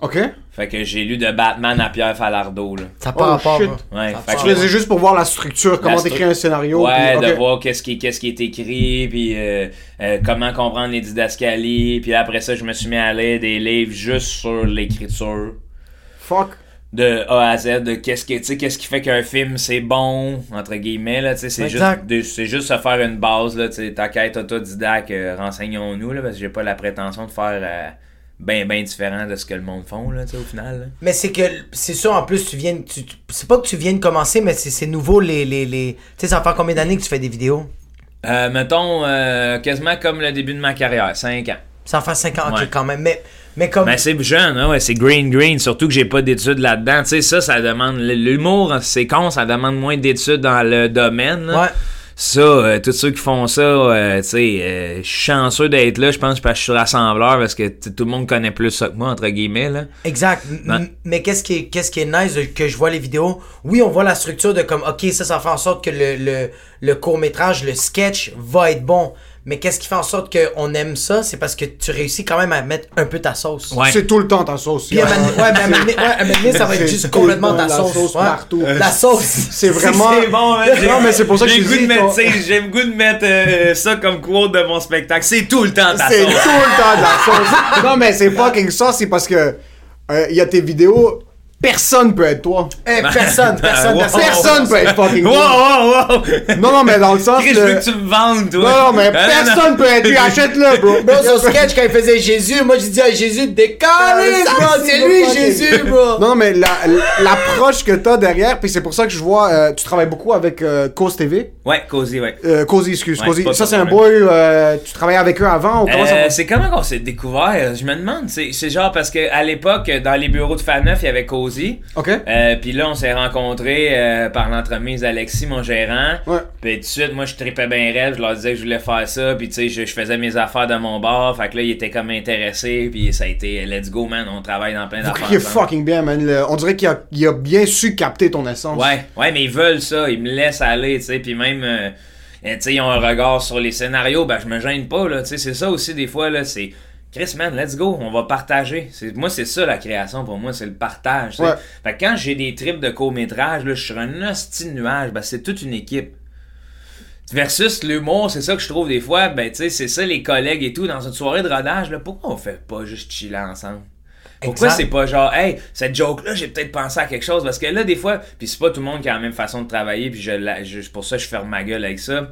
S4: Ok.
S5: Fait que j'ai lu de Batman à Pierre Falardeau, là.
S3: Ça part
S4: Oh,
S3: à part. hein.
S4: shit.
S3: moi.
S5: Ouais,
S3: Ça
S5: fait
S4: Tu
S5: que-
S4: faisais juste pour voir la structure, comment
S5: la
S4: t'écris
S5: stru-
S4: un scénario.
S5: Ouais,
S4: puis-
S5: de
S4: ok.
S5: voir qu'est-ce qui, qu'est-ce qui est écrit, puis euh, euh, comment comprendre les didascalies. Puis après ça, je me suis mis à lire des livres juste sur l'écriture.
S4: Fuck.
S5: De A à Z, de qu'est-ce que, tu sais, qu'est-ce qui fait qu'un film c'est bon, entre guillemets, là, tu sais, c'est juste,
S3: Exact.
S5: de- c'est juste se faire une base, là, tu sais, ta quête autodidacte, euh, renseignons-nous, là, parce que j'ai pas la prétention de faire euh, ben, ben différent de ce que le monde font, là, tu sais, au final, là.
S3: Mais c'est que, c'est sûr, en plus, tu viens. de- tu- tu- c'est pas que tu viens de commencer, mais c'est c'est nouveau les. les, les... Tu sais, ça fait combien d'années que tu fais des vidéos
S5: Euh, mettons, euh, quasiment comme le début de ma carrière, 5 ans.
S3: Ça fait 5 ans, ok,
S5: Ouais.
S3: quand même. Mais, mais comme.
S5: Ben, c'est jeune, hein, ouais, c'est green green, surtout que j'ai pas d'études là-dedans. Tu sais, ça, ça demande. L'humour, hein, c'est con, ça demande moins d'études dans le domaine. là.
S3: Ouais.
S5: Ça, euh, tous ceux qui font ça, euh, tu sais, euh, je suis chanceux d'être là, je pense, parce que je suis rassembleur, parce que t- tout le monde connaît plus ça que moi, entre guillemets, là.
S3: Exact. M-
S5: Ouais.
S3: m- Mais qu'est-ce qui, est, qu'est-ce qui est nice de- que je vois les vidéos? Oui, on voit la structure de comme, ok, ça, ça fait en sorte que le, le, le court-métrage, le sketch va être bon. Mais qu'est-ce qui fait en sorte qu'on aime ça? C'est parce que tu réussis quand même à mettre un peu ta sauce.
S5: Ouais.
S4: C'est tout le temps ta sauce.
S3: Puis à un moment donné- ouais, mais à un moment donné- ouais, à un moment donné, ça va être
S4: C'est
S3: juste
S4: tout le
S3: complètement
S4: temps
S3: ta
S4: la
S3: sauce.
S4: sauce
S3: ouais.
S4: partout.
S3: La sauce.
S4: C'est vraiment.
S5: hein,
S4: Non, mais c'est pour ça que je dis, ton-
S5: J'ai le goût de mettre euh, ça comme quote de mon spectacle. C'est tout le temps
S4: C'est tout le temps de la sauce. Non, mais c'est fucking ça, c'est parce que euh, il y a tes vidéos, personne peut être toi.
S3: Eh, personne, personne,
S5: Wow.
S3: personne.
S4: Personne peut être fucking
S5: Wow,
S4: toi.
S5: wow, wow!
S4: Non, non, mais dans le sens.
S5: Chris, je
S4: le-
S5: veux que tu me vendes, toi.
S4: Non, non, mais
S5: Ah, non,
S4: personne
S5: non.
S4: peut être lui. Achète-le, bro.
S3: Bro, son sketch, quand il faisait Jésus, moi, j'ai dit à Jésus, décalé,
S4: Ça,
S3: bro, Ah, c'est lui,
S4: fucking-
S3: Jésus, bro.
S4: Non, non, mais la- l'approche que t'as derrière, puis c'est pour ça que je vois, euh, tu travailles beaucoup avec euh, Cause TV.
S5: Ouais, Cozy, ouais.
S4: Euh, Cozy, excuse.
S5: Ouais,
S4: Cozy.
S5: c'est pas
S4: Ça,
S5: ça,
S4: c'est un
S5: ouais.
S4: boy, euh, tu travailles avec eux avant ou comment ça
S5: Euh,
S4: fonctionne?
S5: c'est comment qu'on s'est découvert? Je me demande. C'est c'est genre parce que à l'époque, dans les bureaux de Faneuf, il y avait Cozy.
S4: Ok.
S5: Euh, puis là, on s'est rencontrés euh, par l'entremise d'Alexis, mon gérant.
S4: Ouais.
S5: Puis tout de suite, moi, je tripais bien rêve. Je leur disais que je voulais faire ça. Puis tu sais, je, je faisais mes affaires dans mon bar. Fait que là, ils étaient comme intéressés. Puis ça a été, euh, let's go, man. On travaille dans plein
S4: Vous
S5: d'affaires.
S4: criez
S5: ensemble.
S4: fucking bien, man. Le- on dirait qu'il a, il a bien su capter ton essence.
S5: Ouais, ouais, mais ils veulent ça, ils me laissent aller, tu sais, puis même, euh, euh, tu sais, ils ont un regard sur les scénarios, ben je me gêne pas, là, tu sais, c'est ça aussi des fois, là, c'est... Chris, man, let's go, on va partager. C'est- Moi, c'est ça la création pour moi, c'est le partage. tu sais.
S4: Ouais.
S5: Fait que quand j'ai des trips de court-métrage, là, je suis sur un hostie de nuage, ben, c'est toute une équipe. Versus l'humour, c'est ça que je trouve des fois, ben tu sais, c'est ça les collègues et tout, dans une soirée de rodage, là, pourquoi on fait pas juste chiller ensemble? Pourquoi
S3: Exact.
S5: c'est pas genre, hey, cette joke-là, j'ai peut-être pensé à quelque chose? Parce que là, des fois, puis c'est pas tout le monde qui a la même façon de travailler, puis je, la- je- pour ça, je ferme ma gueule avec ça.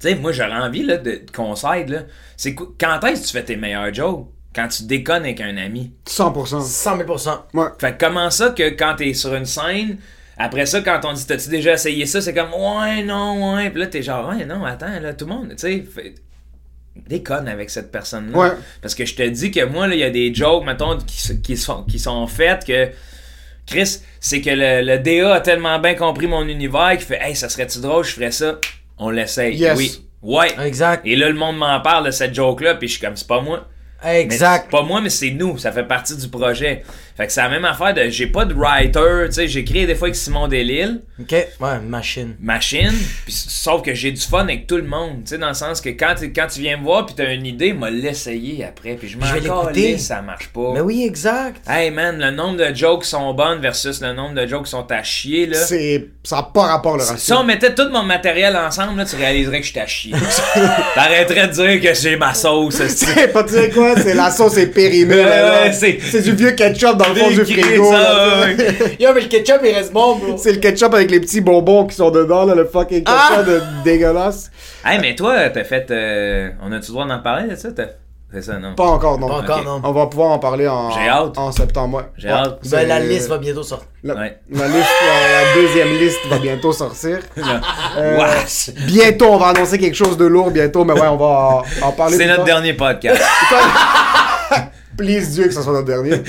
S5: Tu sais, moi, j'aurais envie là, de, qu'on s'aide. là. C'est cou- quand est-ce que tu fais tes meilleurs jokes? Quand tu déconnes avec un ami.
S4: 100%.
S3: 100 000
S4: Ouais.
S5: Fait que comment ça que quand t'es sur une scène, après ça, quand on dit t'as-tu déjà essayé ça, c'est comme ouais, non, ouais. Puis là, t'es genre ouais, non, attends, là, tout le monde, tu sais, fait- déconne avec cette personne-là.
S4: Ouais.
S5: Parce que je te dis que moi, là, il y a des jokes, mettons, qui, se- qui, sont, qui sont faites que. Chris, c'est que le, le DA a tellement bien compris mon univers qu'il fait Hey, ça serait-tu drôle, je ferais ça. On l'essaye.
S4: Yes.
S5: Oui. Ouais.
S3: Exact.
S5: Et là, le monde m'en parle de cette joke-là, puis je suis comme, c'est pas moi. Mais
S3: Exact.
S5: c'est Pas moi, mais c'est nous. Ça fait partie du projet. Fait que c'est la même affaire de. J'ai pas de writer. Tu sais, j'ai créé des fois avec Simon Delille,
S3: Ok, ouais, une machine.
S5: machine. Puis, sauf que j'ai du fun avec tout le monde. Tu sais, dans le sens que quand, tu- quand tu viens me voir puis t'as une idée, moi l'essayer après. Puis je m'en
S3: Je vais l'écouter.
S5: calisse, ça marche pas.
S3: Mais oui, exact.
S5: Hey man, le nombre de jokes qui sont bonnes versus le nombre de jokes qui sont à chier là.
S4: C'est, ça n'a pas rapport le
S5: Si
S4: ratio.
S5: on mettait tout mon matériel ensemble, là, tu réaliserais que je suis à chier. T'arrêterais de dire que j'ai ma sauce. esti.
S4: C'est pas tu sais quoi, c'est la sauce est périmée.
S5: Ouais,
S4: là,
S5: ouais,
S4: là.
S5: c'est-
S4: c'est du vieux ketchup dans le fond du
S5: Des cris,
S4: frigo.
S5: ça,
S4: là,
S5: ouais,
S4: tu sais.
S5: ouais.
S3: Yo, mais le ketchup, il reste bon, bro.
S4: C'est le ketchup avec les petits bonbons qui sont dedans, là, le fucking ketchup
S3: Ah!
S4: de- dégueulasse.
S5: Hey, mais toi, t'as fait. euh, on a-tu le droit d'en parler de ça? t'as- C'est ça, non?
S4: Pas encore, non.
S3: Pas encore,
S5: Ok.
S3: non.
S4: On va pouvoir en parler en,
S5: J'ai hâte.
S4: en septembre. ouais.
S5: J'ai
S4: Ouais.
S5: hâte.
S4: C'est-
S3: Ben, la liste va bientôt sortir.
S4: La,
S5: Ouais.
S4: la liste, la, la deuxième liste va bientôt sortir. Euh,
S5: Wesh!
S4: bientôt, on va annoncer quelque chose de lourd bientôt, mais ouais, on va en, en parler.
S5: C'est
S4: plus
S5: notre
S4: tard.
S5: dernier podcast.
S4: Please Dieu que ce soit notre dernier.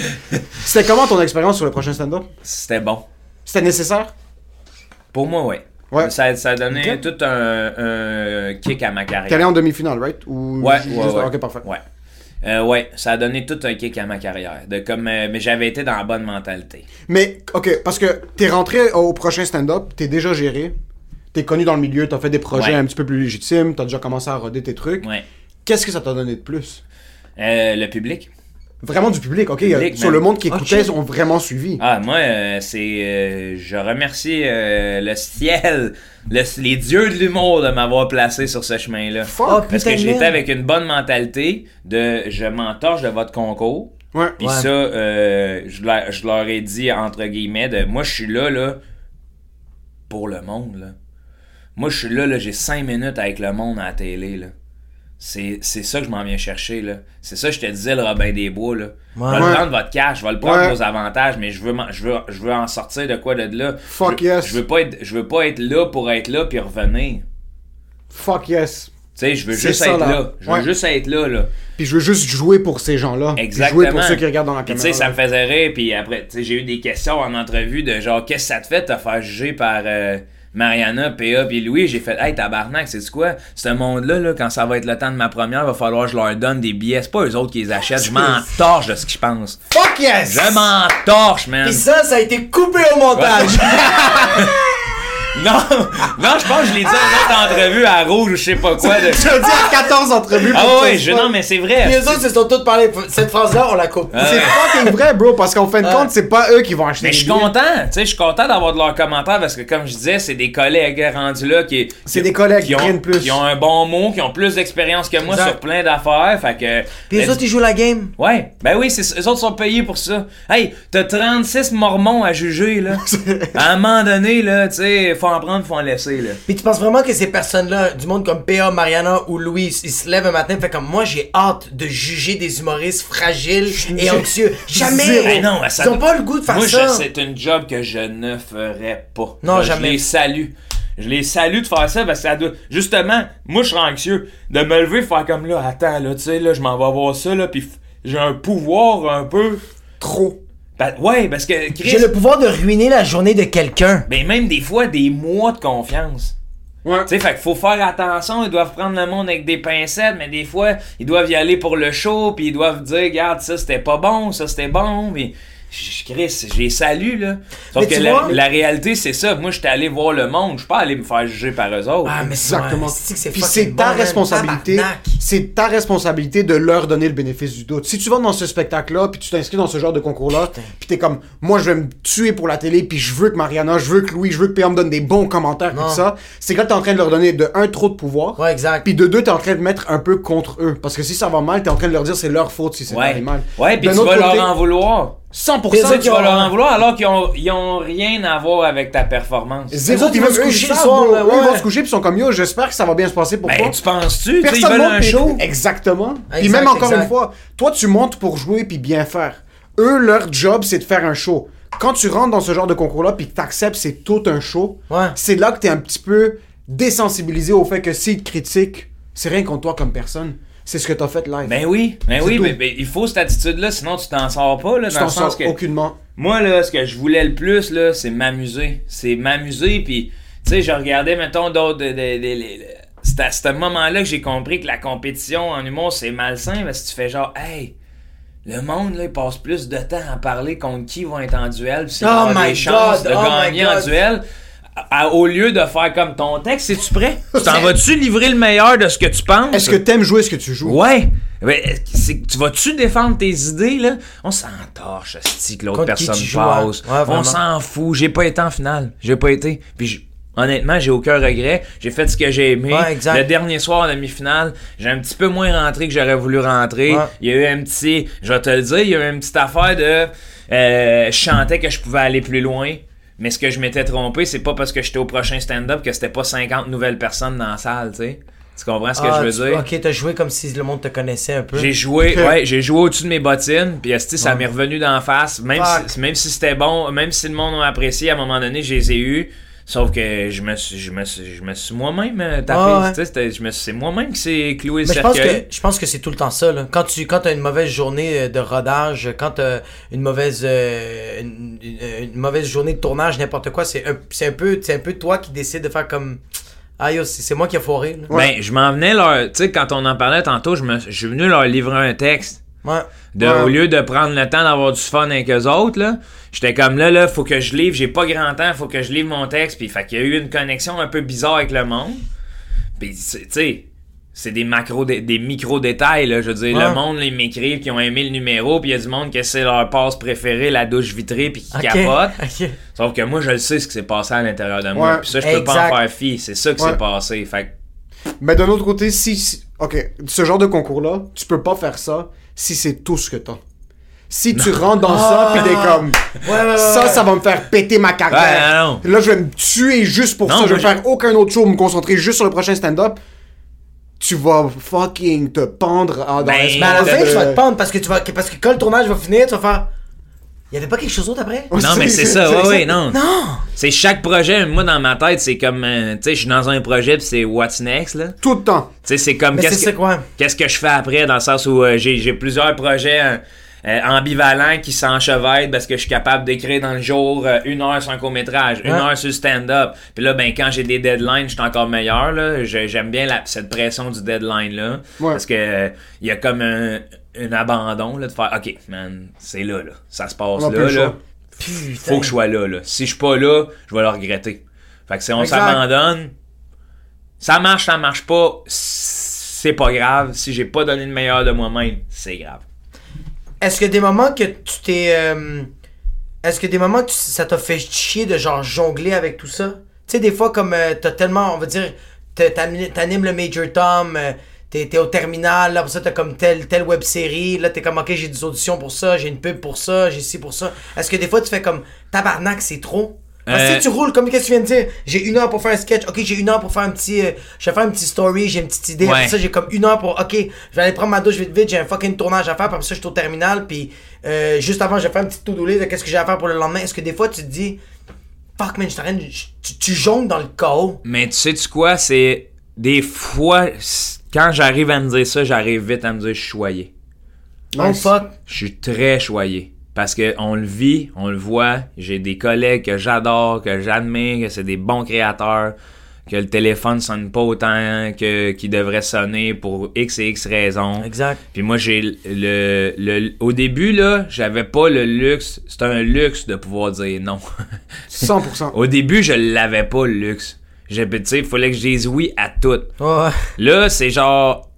S4: C'était comment ton expérience sur le prochain stand-up
S5: C'était bon.
S4: C'était nécessaire
S5: Pour moi, ouais.
S4: Ouais.
S5: Ça, ça a donné
S4: Ok.
S5: tout un, un kick à ma
S4: T'es
S5: carrière.
S4: allé en demi-finale, right Ou
S5: Ouais,
S4: ju-
S5: ouais,
S4: juste-
S5: ouais.
S4: Ok, parfait.
S5: Ouais. Euh, ouais, ça a donné tout un kick à ma carrière. De comme, euh, mais j'avais été dans la bonne mentalité.
S4: Mais, ok, parce que t'es rentré au prochain stand-up, t'es déjà géré, t'es connu dans le milieu, t'as fait des projets
S5: Ouais.
S4: un petit peu plus légitimes, t'as déjà commencé à roder tes trucs.
S5: Ouais.
S4: Qu'est-ce que ça t'a donné de plus
S5: Euh, le public.
S4: Vraiment du public, ok
S5: Public,
S4: Sur
S5: man.
S4: le monde qui
S3: Ah,
S4: écoutait,
S3: shit.
S4: ont vraiment suivi.
S5: Ah, moi, euh, c'est. euh, je remercie euh, le ciel, le- les dieux de l'humour de m'avoir placé sur ce chemin-là.
S4: Fuck.
S3: Ah,
S5: Parce
S3: putain de
S5: que j'étais
S3: merde.
S5: avec une bonne mentalité de je m'entorche de votre concours.
S4: Ouais.
S5: Puis
S3: Ouais.
S5: ça, euh, je, leur, je leur ai dit, entre guillemets, de moi, je suis là, là, pour le monde, là. Moi, je suis là, là, j'ai cinq minutes avec le monde à la télé, là. C'est c'est ça que je m'en viens chercher, là. C'est ça que je te disais, le Robin des Bois, là. Je vais
S4: Ouais.
S5: le prendre votre cash, je vais le prendre
S4: Ouais.
S5: vos avantages, mais je veux, m'en- je, veux, je veux en sortir de quoi de là.
S4: Fuck
S5: je,
S4: yes.
S5: Je veux, pas être, je veux pas être là pour être là puis revenir.
S4: Fuck yes.
S5: Tu sais, je veux
S4: C'est
S5: juste
S4: ça,
S5: être
S4: là.
S5: là. Je veux
S4: Ouais.
S5: juste être là, là.
S4: Puis je veux juste jouer pour ces gens-là. Puis
S5: Exactement.
S4: Jouer pour ceux qui regardent dans la
S5: Puis,
S4: caméra.
S5: Tu sais, ça
S4: là.
S5: me faisait rire. Puis après, tu sais, j'ai eu des questions en entrevue de genre, qu'est-ce que ça te fait de te faire juger par euh, Mariana, PA, puis Louis? J'ai fait, hey, tabarnak, c'est quoi? Ce monde-là, là, quand ça va être le temps de ma première, va falloir que je leur donne des billets. C'est pas eux autres qui les achètent. Je m'en
S4: Ah,
S5: torche de ce que je pense.
S3: Fuck yes!
S5: Je m'en torche, man.
S3: Pis ça, ça a été coupé au montage.
S5: Non, non, je pense que je l'ai dit à une autre entrevue à Rouge ou je sais pas quoi. de-
S4: Je veux dire 14 entrevues pour
S5: Ah
S4: que ça
S5: ouais,
S4: se
S5: je-
S4: passe.
S5: non, mais c'est vrai.
S3: Les autres se sont tous parlé. Cette phrase-là, on la coupe.
S4: C'est fucking vrai, bro, parce qu'en fin de compte, c'est pas eux qui vont acheter
S5: Mais
S4: les
S5: je suis
S4: billets.
S5: content, tu sais, je suis content d'avoir de leurs commentaires parce que comme je disais, c'est des collègues hein, rendus là qui
S4: C'est
S5: qui-
S4: des collègues qui
S5: ont
S4: prennent plus.
S5: qui ont un bon mot, qui ont plus d'expérience que moi
S3: Exact.
S5: sur plein d'affaires, fait que
S3: Pis les
S5: let's-
S3: autres, ils jouent la game.
S5: Ouais, ben oui, c'est les autres sont payés pour ça. Hey, t'as 36 mormons à juger là. à un moment donné là, tu sais, faut en prendre, faut en laisser là.
S3: Puis tu penses vraiment que ces personnes-là, du monde comme PA, Mariana ou Louis, ils se lèvent un matin, fait comme moi, j'ai hâte de juger des humoristes fragiles et anxieux. Jamais!
S4: Zéro.
S5: Ben non, ça-
S3: ils ont pas le goût de faire
S5: Moi, je-
S3: ça.
S5: c'est une job que je ne ferais pas.
S3: Non,
S5: je
S3: jamais.
S5: les salue. Je les salue de faire ça parce que ça doit... Justement, moi, je serais anxieux de me lever faire comme là, attends, là, tu sais, là, je m'en vais voir ça, là, puis f- j'ai un pouvoir un peu...
S4: trop.
S5: Ben, ouais, parce que, Chris...
S3: J'ai le pouvoir de ruiner la journée de quelqu'un.
S5: Ben, même des fois, des mois de confiance.
S4: Ouais.
S5: Tu sais, fait qu'il faut faire attention, ils doivent prendre le monde avec des pincettes, mais des fois, ils doivent y aller pour le show, puis ils doivent dire, regarde, ça c'était pas bon, ça c'était bon, mais je je- Chris, je les salue, là. Sauf
S3: Mais
S5: que
S3: tu
S5: la,
S3: vois-
S5: la réalité, c'est ça. Moi, j'étais allé voir le monde, je suis pas allé me faire juger par eux autres.
S3: Ah, mais c'est-
S4: Exactement.
S3: ouais, c'est que c'est
S4: Puis
S3: fucking
S4: c'est ta
S3: bon, man.
S4: responsabilité.
S3: Tabarnak.
S4: C'est ta responsabilité de leur donner le bénéfice du doute. Si tu vas dans ce spectacle-là, puis tu t'inscris dans ce genre de concours-là, puis t'es comme, moi je vais me tuer pour la télé, puis je veux que Mariana, je veux que Louis, je veux que Pierre me donne des bons commentaires, puis
S3: Non.
S4: tout ça. C'est quand t'es en train de leur donner de un trop de pouvoir.
S3: Ouais, exact.
S4: Puis de deux, t'es en train de mettre un peu contre eux. Parce que si ça va mal, t'es en train de leur dire c'est leur faute si c'est
S5: ouais.
S4: mal.
S5: Ouais, puis
S4: D'un
S5: tu vas
S4: autre côté,
S5: leur en vouloir.
S4: 100%
S5: Tu
S3: autres,
S5: sais, tu
S3: ils
S5: vas
S3: ont-
S5: leur en vouloir alors qu'ils ont, ils ont rien à voir avec ta performance.
S3: Les
S4: Zéro,
S3: autres,
S4: puis
S3: ils
S4: ils vont
S3: veulent
S4: se
S3: se coucher
S4: coucher le
S3: le
S4: soir,
S3: soir,
S4: bro.
S3: là,
S4: Eux, Ils
S3: ouais.
S4: vont se coucher puis ils sont comme yo, j'espère que ça va bien se passer pour toi.
S5: Ben, tu penses-tu? Tu sais, Ils
S4: Personne
S5: veulent
S4: monte
S5: un
S4: tes-
S5: show.
S4: Exactement. Puis
S3: Exact,
S4: même encore
S3: exact.
S4: une fois, toi tu montes pour jouer puis bien faire. Eux leur job c'est de faire un show. Quand tu rentres dans ce genre de concours là puis que t'acceptes c'est tout un show.
S3: Ouais.
S4: C'est là que t'es un petit peu désensibilisé au fait que s'ils te critiquent, c'est rien contre toi comme personne. C'est ce que t'as fait live.
S5: Ben oui, ben
S4: C'est
S5: oui,
S4: tout.
S5: mais, mais il faut cette attitude-là, sinon tu t'en sors pas, là,
S4: tu
S5: dans
S4: t'en
S5: le sens
S4: sors
S5: que...
S4: aucunement.
S5: Moi, là, ce que je voulais le plus, là, c'est m'amuser. C'est m'amuser, puis, tu sais, je regardais, mettons, d'autres... de- de- de- de- de- C'est à ce moment-là que j'ai compris que la compétition en humour, c'est malsain, parce que tu fais genre, hey... Le monde, là, il passe plus de temps à parler contre qui vont être en duel, puis c'est
S3: Oh
S5: avoir
S3: my
S5: des chances
S3: God,
S5: de
S3: oh my
S5: gagner en
S3: God.
S5: duel, à- au lieu de faire comme ton texte, es-tu prêt? Tu t'en vas-tu livrer le meilleur de ce que tu penses?
S4: Est-ce que t'aimes jouer ce que tu joues
S5: Ouais! Mais c'est- tu vas-tu défendre tes idées, là? On s'en torche, esti, que l'autre
S3: Contre qui
S5: personne
S3: tu joues,
S5: passe.
S3: hein? Ouais, vraiment.
S5: On s'en fout. J'ai pas été en finale. J'ai pas été. Puis j- honnêtement, j'ai aucun regret. J'ai fait ce que j'ai aimé.
S3: Ouais, exact.
S5: Le dernier soir en demi-finale, j'ai un petit peu moins rentré que j'aurais voulu rentrer.
S3: Ouais.
S5: Il y a eu un petit... Je vais te le dire, il y a eu une petite affaire de... euh, je chantais que je pouvais aller plus loin. Mais ce que je m'étais trompé, c'est pas parce que j'étais au prochain stand-up que c'était pas 50 nouvelles personnes dans la salle, tu sais. Tu comprends ce que je veux dire?
S3: Ah, Ok, t'as joué comme si le monde te connaissait un peu.
S5: J'ai joué,
S4: Ok.
S5: ouais, j'ai joué au-dessus de mes bottines, puis esti, ça m'est revenu d'en face. Même
S3: Fuck.
S5: si, même si c'était bon, même si le monde m'a apprécié, à un moment donné, je les ai eus. Sauf que je me suis, je me suis, je me suis moi-même euh,
S3: Ah ouais.
S5: tapé. tu sais, c'était- je me suis- C'est moi-même qui s'est cloué le
S3: Mais je pense
S5: cercueil.
S3: que je pense que c'est tout le temps ça. Là. Quand tu quand as une mauvaise journée euh, de rodage, quand t'as une mauvaise euh, une, une- une mauvaise journée de tournage, n'importe quoi, c'est un, c'est un peu c'est un peu toi qui décides de faire comme ah yo c'est c'est moi qui ai foiré. Là.
S5: Ben, je m'en venais leur. Tu sais, quand on en parlait tantôt, je, me, je suis venu leur livrer un texte.
S3: Ouais.
S5: De, Au lieu de prendre le temps d'avoir du fun avec eux autres, là, j'étais comme là, là, faut que je livre, j'ai pas grand temps, faut que je livre mon texte. Puis, fait qu'il y a eu une connexion un peu bizarre avec le monde. Puis, c'est- tu sais, c'est des macro, dé- des micro détails, là. Je veux dire,
S3: Ouais.
S5: le monde, là, ils m'écrivent, qui ont aimé le numéro, puis il y a du monde que c'est leur passe préférée, la douche vitrée, puis qui
S3: Ok.
S5: capote.
S3: Ok.
S5: Sauf que moi, je le sais ce qui s'est passé à l'intérieur de moi.
S4: Ouais.
S5: Puis ça, je peux pas
S3: Exact.
S5: en faire fi. C'est ça qui
S4: Ouais.
S5: s'est passé. Fait que
S4: Mais d'un autre côté, si, si- Ok, ce genre de concours-là, tu peux pas faire ça si c'est tout ce que t'as. Si tu rentres dans ça, pis t'es
S5: Ah!
S4: comme.
S3: ouais, ouais,
S4: ça,
S3: ouais.
S4: ça va me faire péter ma
S5: Ouais,
S4: carrière.
S5: non,
S4: Là, je vais me tuer juste pour
S5: Non,
S4: ça. Je
S5: moi,
S4: vais
S5: j'ai-
S4: faire aucun autre show, me concentrer juste sur le prochain stand-up. Tu vas fucking te pendre en- dans
S5: Ben,
S4: l'espace
S3: Mais à la
S4: de-
S3: fin je vais te pendre parce que tu vas parce que quand le tournage va finir tu vas faire il y avait pas quelque chose d'autre après.
S5: Non, mais c'est ça, ouais, ouais, non.
S3: Non.
S5: C'est chaque projet, moi dans ma tête, c'est comme, euh, tu sais, je suis dans un projet puis c'est what's next, là. Tu
S4: Tout le temps.
S5: sais, c'est comme,
S3: Mais
S5: qu'est-ce
S3: c'est ça,
S5: que,
S3: quoi.
S5: qu'est-ce que je fais après, dans le sens où euh, j'ai, j'ai plusieurs projets euh, euh, ambivalents qui s'enchevêtrent parce que je suis capable d'écrire dans le jour euh, une heure sur un court-métrage, une
S3: Ouais.
S5: heure sur le stand-up. Puis là, ben, quand j'ai des deadlines, je suis encore meilleur, là. Je- j'aime bien la- cette pression du deadline, là.
S4: Ouais.
S5: Parce que euh, il y a comme un, un abandon, là, de faire, OK, man, c'est là, là. Ça se passe
S4: On a plus
S5: là,
S4: le choix.
S5: là faut que je sois là, là. Si je suis pas là, je vais le regretter. Fait que si on
S3: Exact.
S5: s'abandonne, ça marche, ça marche pas, c'est pas grave. Si j'ai pas donné le meilleur de moi-même, c'est grave.
S3: Est-ce que des moments que tu t'es. euh, Est-ce que des moments que tu- ça t'a fait chier de genre jongler avec tout ça? Tu sais, des fois, comme euh, t'as tellement, on va dire, t'as- t'ani- t'animes le Major Tom, euh, t'es t'es au terminal, là, pour ça, t'as comme telle, telle web série, là, t'es comme, ok, j'ai des auditions pour ça, j'ai une pub pour ça, j'ai ci pour ça. Est-ce que des fois, tu fais comme, tabarnak, c'est trop? Parce que
S5: Euh,
S3: si tu roules, comme qu'est-ce que tu viens de dire, j'ai une heure pour faire un sketch, ok, j'ai une heure pour faire un petit. euh, je vais faire un petit story, j'ai une petite idée,
S5: Ouais.
S3: après ça, j'ai comme une heure pour. Ok, je vais aller prendre ma douche vite vite, j'ai un fucking tournage à faire, puis après ça, je suis au terminal, puis euh, juste avant, je vais faire un petit to-do list de qu'est-ce que j'ai à faire pour le lendemain. Est-ce que des fois, tu te dis, fuck man, je t'arrête, je- tu, tu jongles dans le chaos.
S5: Mais tu sais, tu quoi, c'est des fois, c- quand j'arrive à me dire ça, j'arrive vite à me dire je suis choyé.
S3: Oh fuck.
S5: Je suis très choyé. Parce que on le vit, on le voit. J'ai des collègues que j'adore, que j'admire, que c'est des bons créateurs, que le téléphone sonne pas autant que qu'il devrait sonner pour X et X raisons.
S3: Exact.
S5: Puis moi, j'ai le, le- le- Au début, là, j'avais pas le luxe. C'était un luxe de pouvoir dire non.
S4: 100%.
S5: Au début, je l'avais pas, le luxe. J'ai, tu sais, il fallait que je dise oui à tout.
S3: Ouais.
S5: Là, c'est genre.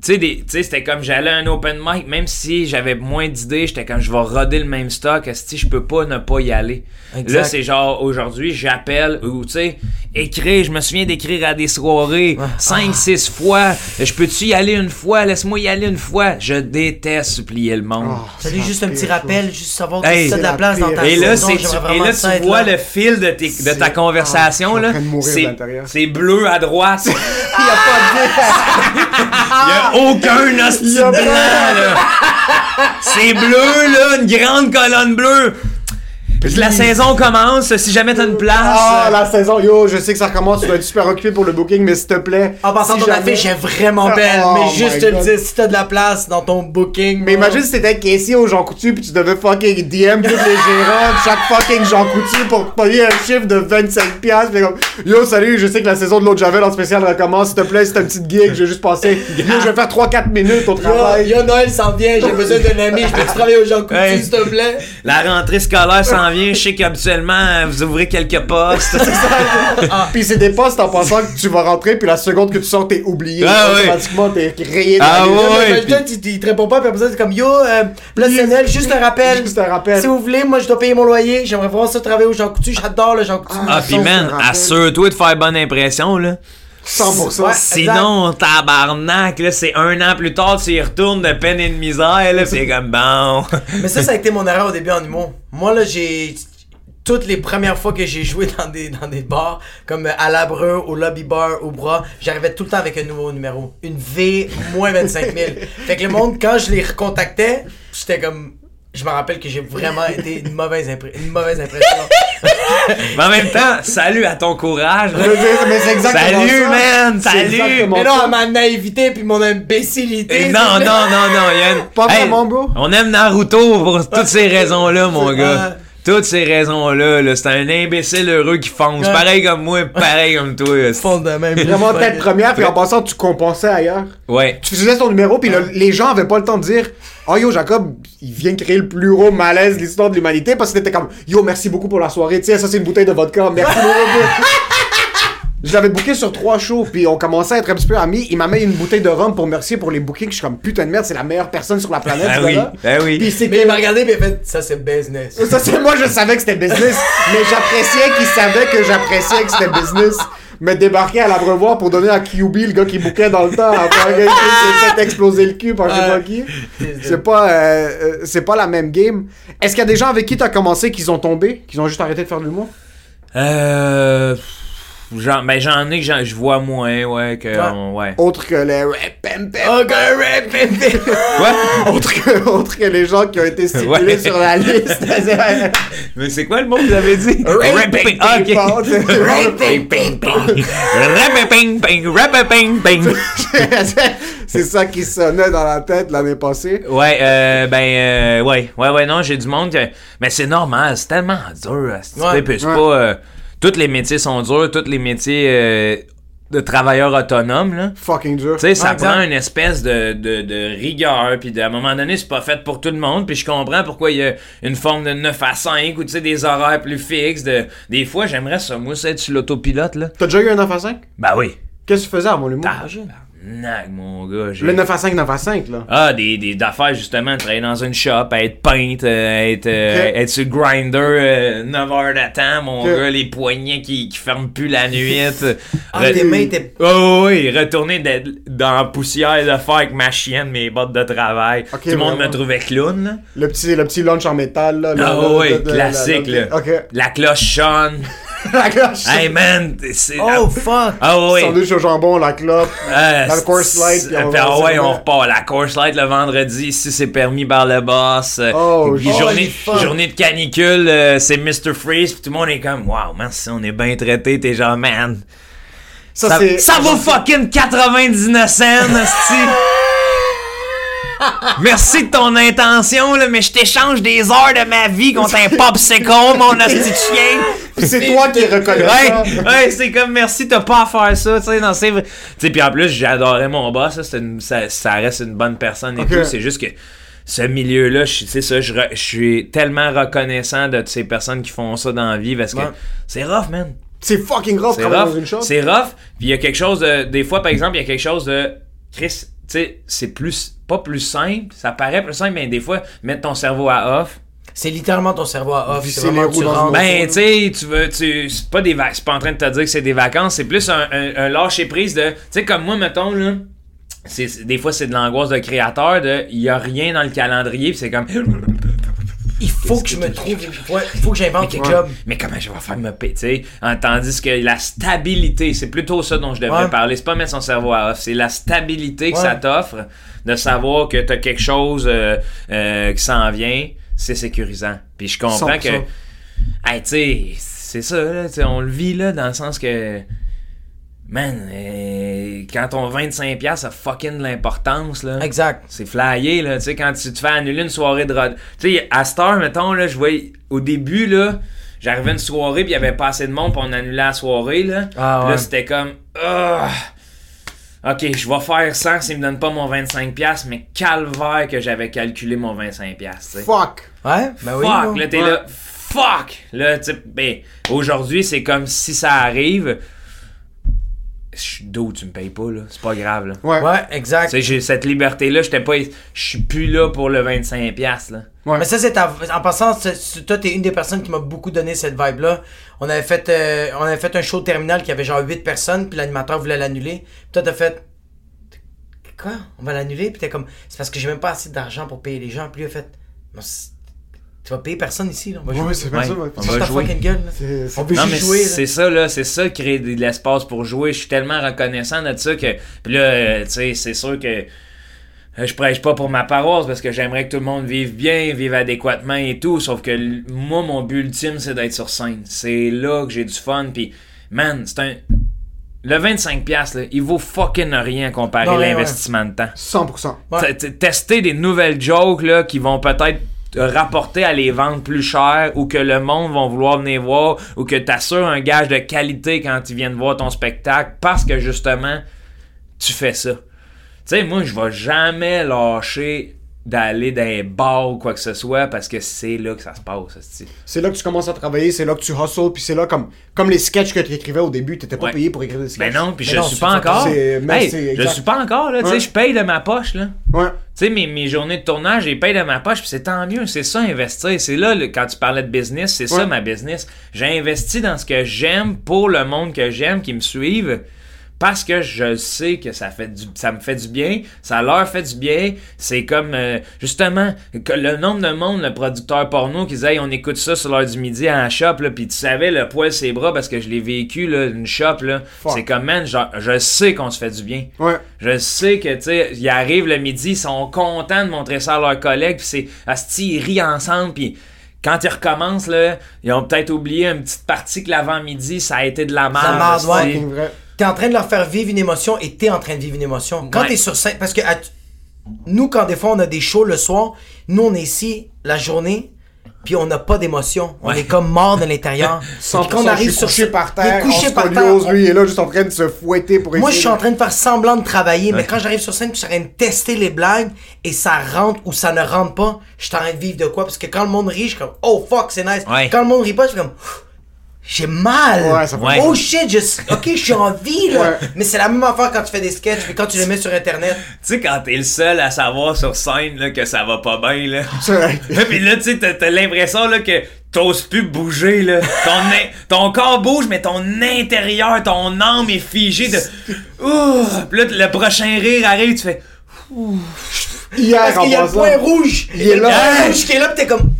S5: Tu sais, des- tu sais, c'était comme j'allais à un open mic, même si j'avais moins d'idées, j'étais comme je vais roder le même stock, si je peux pas ne pas y aller.
S3: Exact.
S5: Là, c'est genre aujourd'hui, j'appelle ou tu sais, écrire, je me souviens d'écrire à des soirées
S3: Ah.
S5: 5 6 fois, je peux-tu y aller une fois, laisse-moi y aller une fois. Je déteste supplier le monde.
S3: T'as dit juste un petit rappel, juste savoir
S5: Hey.
S3: que t'as Ah. de la
S4: C'est la
S3: place dans
S4: pire
S3: ta
S5: Et là,
S3: saison,
S5: c'est-
S3: j'aimerais
S5: et
S3: vraiment
S5: là,
S3: ça
S5: tu
S3: être
S5: vois
S3: là.
S5: le fil de, tes- de ta
S4: C'est-
S5: conversation.
S4: Ah, je suis en
S5: là.
S4: train de mourir
S5: C'est-
S4: de l'intérieur.
S5: C'est bleu à droite. Il n'y a pas de... Il n'y a aucun hostie
S4: Ah! a
S5: blanc. là. C'est bleu, là, une grande colonne bleue. La saison commence, si jamais t'as une place.
S4: Ah, la saison, yo, je sais que ça recommence, tu dois être super occupé pour le booking, mais s'il te plaît.
S3: En passant Ah,
S4: si
S3: bah, ton
S4: jamais-
S3: affiche est vraiment belle,
S4: Oh
S3: mais
S4: my
S3: juste te le
S4: God.
S3: dire, si t'as de la place dans ton booking. euh,
S4: Mais imagine si t'étais caissier au Jean Coutu puis tu devais fucking DM tous les gérants de chaque fucking Jean Coutu pour payer un chiffre de 25 piastres. Puis comme, yo, salut, je sais que la saison de l'autre Javel en spécial recommence, s'il te plaît, c'est un petit gig, j'ai juste passé. Yo, je vais faire 3-4 minutes au
S3: Yo,
S4: travail.
S3: yo, Noël s'en vient, j'ai besoin d'un ami, je peux travailler au Jean Coutu,
S5: Hey.
S3: s'il te plaît.
S5: La rentrée scolaire s'en vient. Je sais qu'habituellement, euh, vous ouvrez quelques postes.
S3: Ah.
S4: Puis c'est des postes en pensant que tu vas rentrer puis la seconde que tu sors, t'es oublié.
S5: Ah ouais.
S4: Automatiquement, t'es rayé.
S5: Ah
S4: dans les-
S5: ouais.
S3: Mais le temps, tu- tu- il te répond pas, puis après ça, c'est comme Yo, euh, là, c'est Noël, juste un rappel.
S4: Juste un rappel.
S3: Si vous voulez, moi, je dois payer mon loyer. J'aimerais voir ça travailler au Jean Coutu. J'adore le Jean Coutu.
S5: Ah, pis
S4: je
S5: man,
S4: me rappelle.
S5: assure-toi de faire bonne impression, là.
S4: 100%.
S3: Ouais.
S5: Sinon, tabarnak, là, c'est un an plus tard, tu y retournes de peine et de misère, là, pis c'est comme bon.
S3: Mais ça, ça a été mon erreur au début en humour. Moi, là, j'ai. toutes les premières fois que j'ai joué dans des, dans des bars, comme euh, à l'Abreu, au Lobby Bar, au Bras, j'arrivais tout le temps avec un nouveau numéro. Une V moins 25 000. fait que le monde, quand je les recontactais, j'étais comme. Je me rappelle que j'ai vraiment été une mauvaise, impré- une mauvaise impression.
S5: Mais en même temps, salut à ton courage.
S4: Je veux dire, mais c'est exactement
S5: Salut,
S4: ça.
S5: man,
S4: C'est
S5: salut.
S4: exactement
S3: Mais
S4: ça.
S3: non, ma naïveté puis mon imbécilité.
S5: Et
S3: c'est
S5: Eh, non,
S3: que-
S5: non, non, non, Yann.
S4: Pas vraiment, bro.
S5: On aime Naruto pour toutes ces raisons-là, mon gars. Toutes ces raisons-là, là, c'est un imbécile heureux qui fonce.
S3: Ouais.
S5: Pareil comme moi, pareil comme toi.
S3: Je pense de même.
S4: Vraiment tête première, puis en passant, tu compensais ailleurs.
S5: Ouais.
S4: Tu faisais ton numéro, puis là,
S5: Ah.
S4: les gens avaient pas le temps de dire Oh yo, Jacob, il vient de créer le plus gros malaise de l'histoire de l'humanité parce que t'étais comme Yo, merci beaucoup pour la soirée, tiens, ça c'est une bouteille de vodka, merci beaucoup. Je l'avais booké sur trois shows, puis on commençait à être un petit peu amis. Il m'a mis une bouteille de rhum pour remercier pour les bookings. Je suis comme putain de merde, c'est la meilleure personne sur la planète.
S5: Ah
S4: ce
S5: oui,
S4: gars-là.
S5: ah oui.
S4: Puis c'est
S3: Mais
S4: que-
S3: il m'a regardé et il a fait ça c'est business.
S4: ça, c'est moi, je savais que c'était business, mais j'appréciais qu'il savait que j'appréciais que c'était business. Mais débarquer à l'abreuvoir pour donner à QB, le gars qui bouquait dans le temps, hein, après qu'il s'est fait exploser le cul par je sais pas qui. C'est pas, euh, euh, c'est pas la même game. Est-ce qu'il y a des gens avec qui t'as commencé qui ont tombé, qui ont juste arrêté de faire de l'humour
S5: Euh. J'en, ben, j'en ai que j'en- je vois moins, ouais, que. on- ouais.
S4: Autre que les rap, pam, pam.
S5: Quoi?
S4: Autre que, autre que les gens qui ont été stipulés
S5: Ouais.
S4: sur la liste.
S5: Mais c'est quoi le mot que vous avez dit?
S4: Rapping.
S5: Rapping. Ah, ok.
S4: Rapping.
S5: Rapping, ping, rapping, ping.
S4: c'est ça qui sonnait dans la tête l'année passée.
S5: Ouais, euh, ben, euh, ouais, ouais, ouais, non, j'ai du monde que. Mais c'est normal, c'est tellement dur. asti.
S3: Ouais,
S5: Tu sais, puis c'est
S4: ouais.
S5: pas. euh, tous les métiers sont durs, tous les métiers euh, de travailleurs autonomes, là.
S4: Fucking dur.
S5: Tu sais, ça
S3: Ouais, exact.
S5: prend une espèce de, de, de rigueur, puis de- à un moment donné, c'est pas fait pour tout le monde, puis je comprends pourquoi il y a une forme de 9 à 5 ou tu sais, des horaires plus fixes. De... Des fois, j'aimerais ça, moi, ça, être sur l'autopilote, là.
S4: T'as déjà eu un 9 à 5
S5: Ben oui.
S4: Qu'est-ce que tu faisais avant l'humour
S5: Tabarnak, mon gars. j'ai-
S4: Le 9 à 5, 9 à 5, là.
S5: Ah, des, des d'affaires justement, travailler dans une shop, être peinte, euh, être, euh,
S4: Ok.
S5: être sur grinder 9 heures d'attente, mon
S4: Ok.
S5: gars, les poignets qui, qui ferment plus la nuit. euh,
S3: Ah,
S5: re-
S3: tes mains étaient-
S5: Oh oui, retourner d'être dans la poussière de faire avec ma chienne, mes bottes de travail.
S4: Ok,
S5: Tout le monde me
S4: vraiment.
S5: trouvait clown. là.
S4: Le petit, le petit lunch en métal, là. le-
S5: Ah
S4: le-
S5: oui,
S4: le- le-
S5: classique,
S4: le- le-
S5: là.
S4: Ok.
S5: La cloche sonne.
S4: La cloche.
S5: hey man, c'est...
S3: Oh fuck!
S5: Ah oui.
S4: Sandwich au jambon, la clope.
S5: Euh,
S4: la course light.
S5: c'est-
S4: puis on
S5: puis, ah
S4: va-
S5: ouais, on repart. La course light le vendredi, si c'est permis par le boss. Euh,
S4: Oh,
S5: puis
S4: shit.
S5: journée,
S3: Holy fuck.
S5: journée de canicule, euh, c'est Mr. Freeze. Puis tout le monde est comme, wow, merci, on est bien traité. T'es genre, man,
S4: Ça,
S5: ça,
S4: c'est.
S5: ça vaut fucking 99 cents, esti. Merci de ton intention, là, mais je t'échange des heures de ma vie contre un popsicle, mon esti de chien.
S4: Puis c'est toi qui reconnais ça.
S5: Ouais, ouais, c'est comme merci, t'as pas à faire ça, tu sais, non, c'est vrai. Tu sais, puis en plus, j'adorais mon boss, là, c'est une- ça, ça reste une bonne personne et
S4: Ok.
S5: tout, c'est juste que ce milieu-là, je- c'est ça, je re- je suis tellement reconnaissant de toutes ces personnes qui font ça dans la vie parce que c'est rough, man.
S4: C'est fucking grave
S5: C'est
S4: travailler dans une
S5: rough.
S4: shop.
S5: C'est rough. Puis il y a quelque chose de. Des fois, par exemple, il y a quelque chose de. Chris, tu sais, c'est plus. Pas plus simple. Ça paraît plus simple, mais des fois, mettre ton cerveau à off.
S3: C'est littéralement ton cerveau à off.
S4: Visser
S3: C'est vraiment
S4: les roues
S3: tu
S4: dans
S3: rentres.
S4: une
S5: Ben, tu sais, tu veux, tu, c'est pas des vacances, c'est pas en train de te dire que c'est des vacances, c'est plus un, un, un lâcher prise de, tu sais, comme moi, mettons, là, c'est, c'est- des fois, c'est de l'angoisse de créateur, de, il y a rien dans le calendrier, pis c'est comme,
S3: il faut que je me trouve. Ouais, il faut que j'invente quelque
S5: Club.
S3: chose.
S5: mais comment je vais faire me payer, tu sais, Hein, tandis que la stabilité, c'est plutôt ça dont je devrais
S3: Ouais.
S5: parler, c'est pas mettre son cerveau à off, c'est la stabilité que
S3: Ouais.
S5: ça t'offre, de savoir que t'as quelque chose euh, euh, qui s'en vient, c'est sécurisant. Puis je comprends
S4: 100%.
S5: que, hey, tu sais, c'est ça, là, tu sais, on le vit, là, dans le sens que, man, euh, quand on 25$, ça a fucking de l'importance, là.
S3: Exact.
S5: C'est flyé, là. Tu sais, quand tu te fais annuler une soirée de rod. Tu sais, à Star, mettons, là, je voyais. Au début, là, j'arrivais une soirée, puis il y avait pas assez de monde, puis on annulait la soirée, là.
S3: Ah,
S5: Puis là,
S3: ouais.
S5: c'était comme. Ah! Ok, je vais faire 100 s'il me donne pas mon 25$, mais calvaire que j'avais calculé mon 25$, tu sais.
S4: Fuck.
S3: Ouais? Ben oui.
S5: Fuck,
S3: ouais.
S5: là, t'es là. Fuck! Là, tu sais, ben, aujourd'hui, c'est comme si ça arrive. Je suis d'où tu me payes pas, là. C'est pas grave, là.
S4: Ouais.
S3: Ouais, exact.
S5: Tu sais, j'ai cette liberté-là, j'étais pas. Je suis plus là pour le 25$. Là.
S3: Mais ça, c'est ta- en passant, c'est- c'est- toi, t'es une des personnes qui m'a beaucoup donné cette vibe-là. On avait fait, euh, on avait fait un show terminal qui avait genre 8 personnes, puis l'animateur voulait l'annuler. Puis toi, t'as fait. Quoi On va l'annuler Puis t'es comme. C'est parce que j'ai même pas assez d'argent pour payer les gens. Puis lui a fait. Non, c'est- Tu vas payer personne ici, là. On va
S4: Ouais,
S3: jouer.
S4: ouais, c'est pas
S5: Ouais.
S4: ça.
S5: On
S3: Tu
S5: va
S3: ta
S5: jouer.
S3: fucking gueule, là.
S4: C'est- c'est-
S3: On peut
S5: Non,
S3: juste
S5: mais
S3: jouer, là.
S5: c'est ça, là, c'est ça, créer de l'espace pour jouer. Je suis tellement reconnaissant de ça que. Puis là, euh, tu sais, c'est sûr que. euh, Je prêche pas pour ma paroisse parce que j'aimerais que tout le monde vive bien, vive adéquatement et tout. Sauf que l- moi, mon but ultime, c'est d'être sur scène. C'est là que j'ai du fun. Puis, man, c'est un. Le 25$, là, il vaut fucking rien comparé
S3: Non,
S5: à
S3: ouais,
S5: l'investissement de temps.
S4: 100%.
S3: Ouais.
S5: T- t- Tester des nouvelles jokes là, qui vont peut-être rapporter à les vendre plus cher ou que le monde va vouloir venir voir ou que t'assures un gage de qualité quand ils viennent voir ton spectacle parce que justement tu fais ça. Tu sais, moi je vais jamais lâcher d'aller dans les bars ou quoi que ce soit parce que c'est là que ça se passe. hostie.
S4: C'est là que tu commences à travailler, c'est là que tu hustles, puis c'est là comme, comme les sketchs que tu écrivais au début, t'étais pas
S5: Ouais.
S4: payé pour écrire des sketchs.
S5: Ben non, puis
S3: Mais
S5: je
S3: non,
S5: suis
S3: c'est
S5: pas
S3: fucking-
S5: encore.
S4: c'est- mais
S5: Hey,
S4: c'est
S5: je
S4: exact.
S5: suis pas encore là, tu sais,
S4: Ouais.
S5: je paye de ma poche là.
S4: Ouais.
S5: Tu sais, mes, mes journées de tournage, j'ai paye de ma poche, puis c'est tant mieux, c'est ça investir. C'est là, le- quand tu parlais de business, c'est ça
S4: Ouais.
S5: ma business. J'ai investi dans ce que j'aime pour le monde que j'aime, qui me suivent, parce que je sais que ça, fait du, ça me fait du bien, ça leur fait du bien. C'est comme, euh, justement, que le nombre de monde, le producteur porno, qui disait, Hey, on écoute ça sur l'heure du midi à la shop, là, puis tu savais le poil ses bras parce que je l'ai vécu, là, une shop, là.
S4: Fuck.
S5: C'est comme, man, genre, je sais qu'on se fait du bien.
S4: Ouais.
S5: Je sais que, tu sais, ils arrivent le midi, ils sont contents de montrer ça à leurs collègues, puis c'est, asti, ils rient ensemble, puis quand ils recommencent, là, ils ont peut-être oublié une petite partie que l'avant-midi, ça a été de la
S3: la
S5: merde.
S3: merde, ouais.
S5: asti.
S4: C'est vrai.
S3: T'es en train de leur faire vivre une émotion et t'es en train de vivre une émotion. Quand
S5: Ouais.
S3: t'es sur scène, parce que à- nous, quand des fois on a des shows le soir, nous on est ici la journée, puis on n'a pas d'émotion. On
S5: Ouais.
S3: est comme mort de l'intérieur.
S4: Sans
S3: Puis quand on arrive sur
S4: couché par terre,
S3: il est couché
S4: en
S3: par terre.
S4: scoliose, lui, il est là juste en train de se fouetter pour
S3: Moi, je
S4: essayer
S3: suis en
S4: de-
S3: train de faire semblant de travailler, mais quand j'arrive sur scène, puis je suis en train de tester les blagues et ça rentre ou ça ne rentre pas, je suis en train de vivre de quoi Parce que quand le monde rit, je suis comme oh fuck, c'est nice.
S5: Ouais.
S3: Quand le monde rit pas, je suis comme Pff, j'ai mal.
S4: Ouais, ça fait
S5: Ouais. mal.
S3: Oh shit, je... ok, je suis en vie là.
S4: Ouais.
S3: Mais c'est la même affaire quand tu fais des sketchs puis quand tu les mets sur internet.
S5: Tu sais, quand t'es le seul à savoir sur scène, là, que ça va pas bien, là.
S4: C'est vrai.
S5: Puis là, tu sais, t'as- t'as l'impression, là, que t'oses plus bouger, là. Ton, in- ton corps bouge, mais ton intérieur, ton âme est figée de. Ouh! Puis là, le prochain rire arrive, tu fais.
S4: Hier,
S3: Parce qu'il y a
S4: en
S3: le
S4: passant.
S3: point rouge.
S4: Il est
S3: Le
S4: là.
S3: point rouge qui est là, puis t'es comme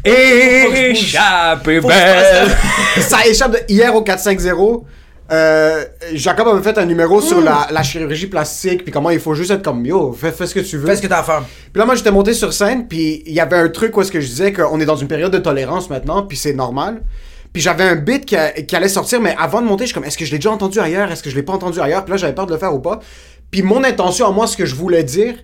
S5: Échappée
S3: Faut que je fasse
S5: belle!
S4: ça échappe de... Hier au 4-5-0, euh, Jacob avait fait un numéro
S3: Mm.
S4: sur la, la chirurgie plastique, puis comment il faut juste être comme yo, fais, fais ce que tu veux.
S3: fais ce que t'as à faire.
S4: Puis là, moi, j'étais monté sur scène, puis il y avait un truc où est-ce que je disais qu'on est dans une période de tolérance maintenant, puis c'est normal. Puis j'avais un bit qui, a- qui allait sortir, mais avant de monter, je suis comme, est-ce que je l'ai déjà entendu ailleurs? Est-ce que je l'ai pas entendu ailleurs? Puis là, j'avais peur de le faire ou pas. Puis mon intention, à moi, ce que je voulais dire,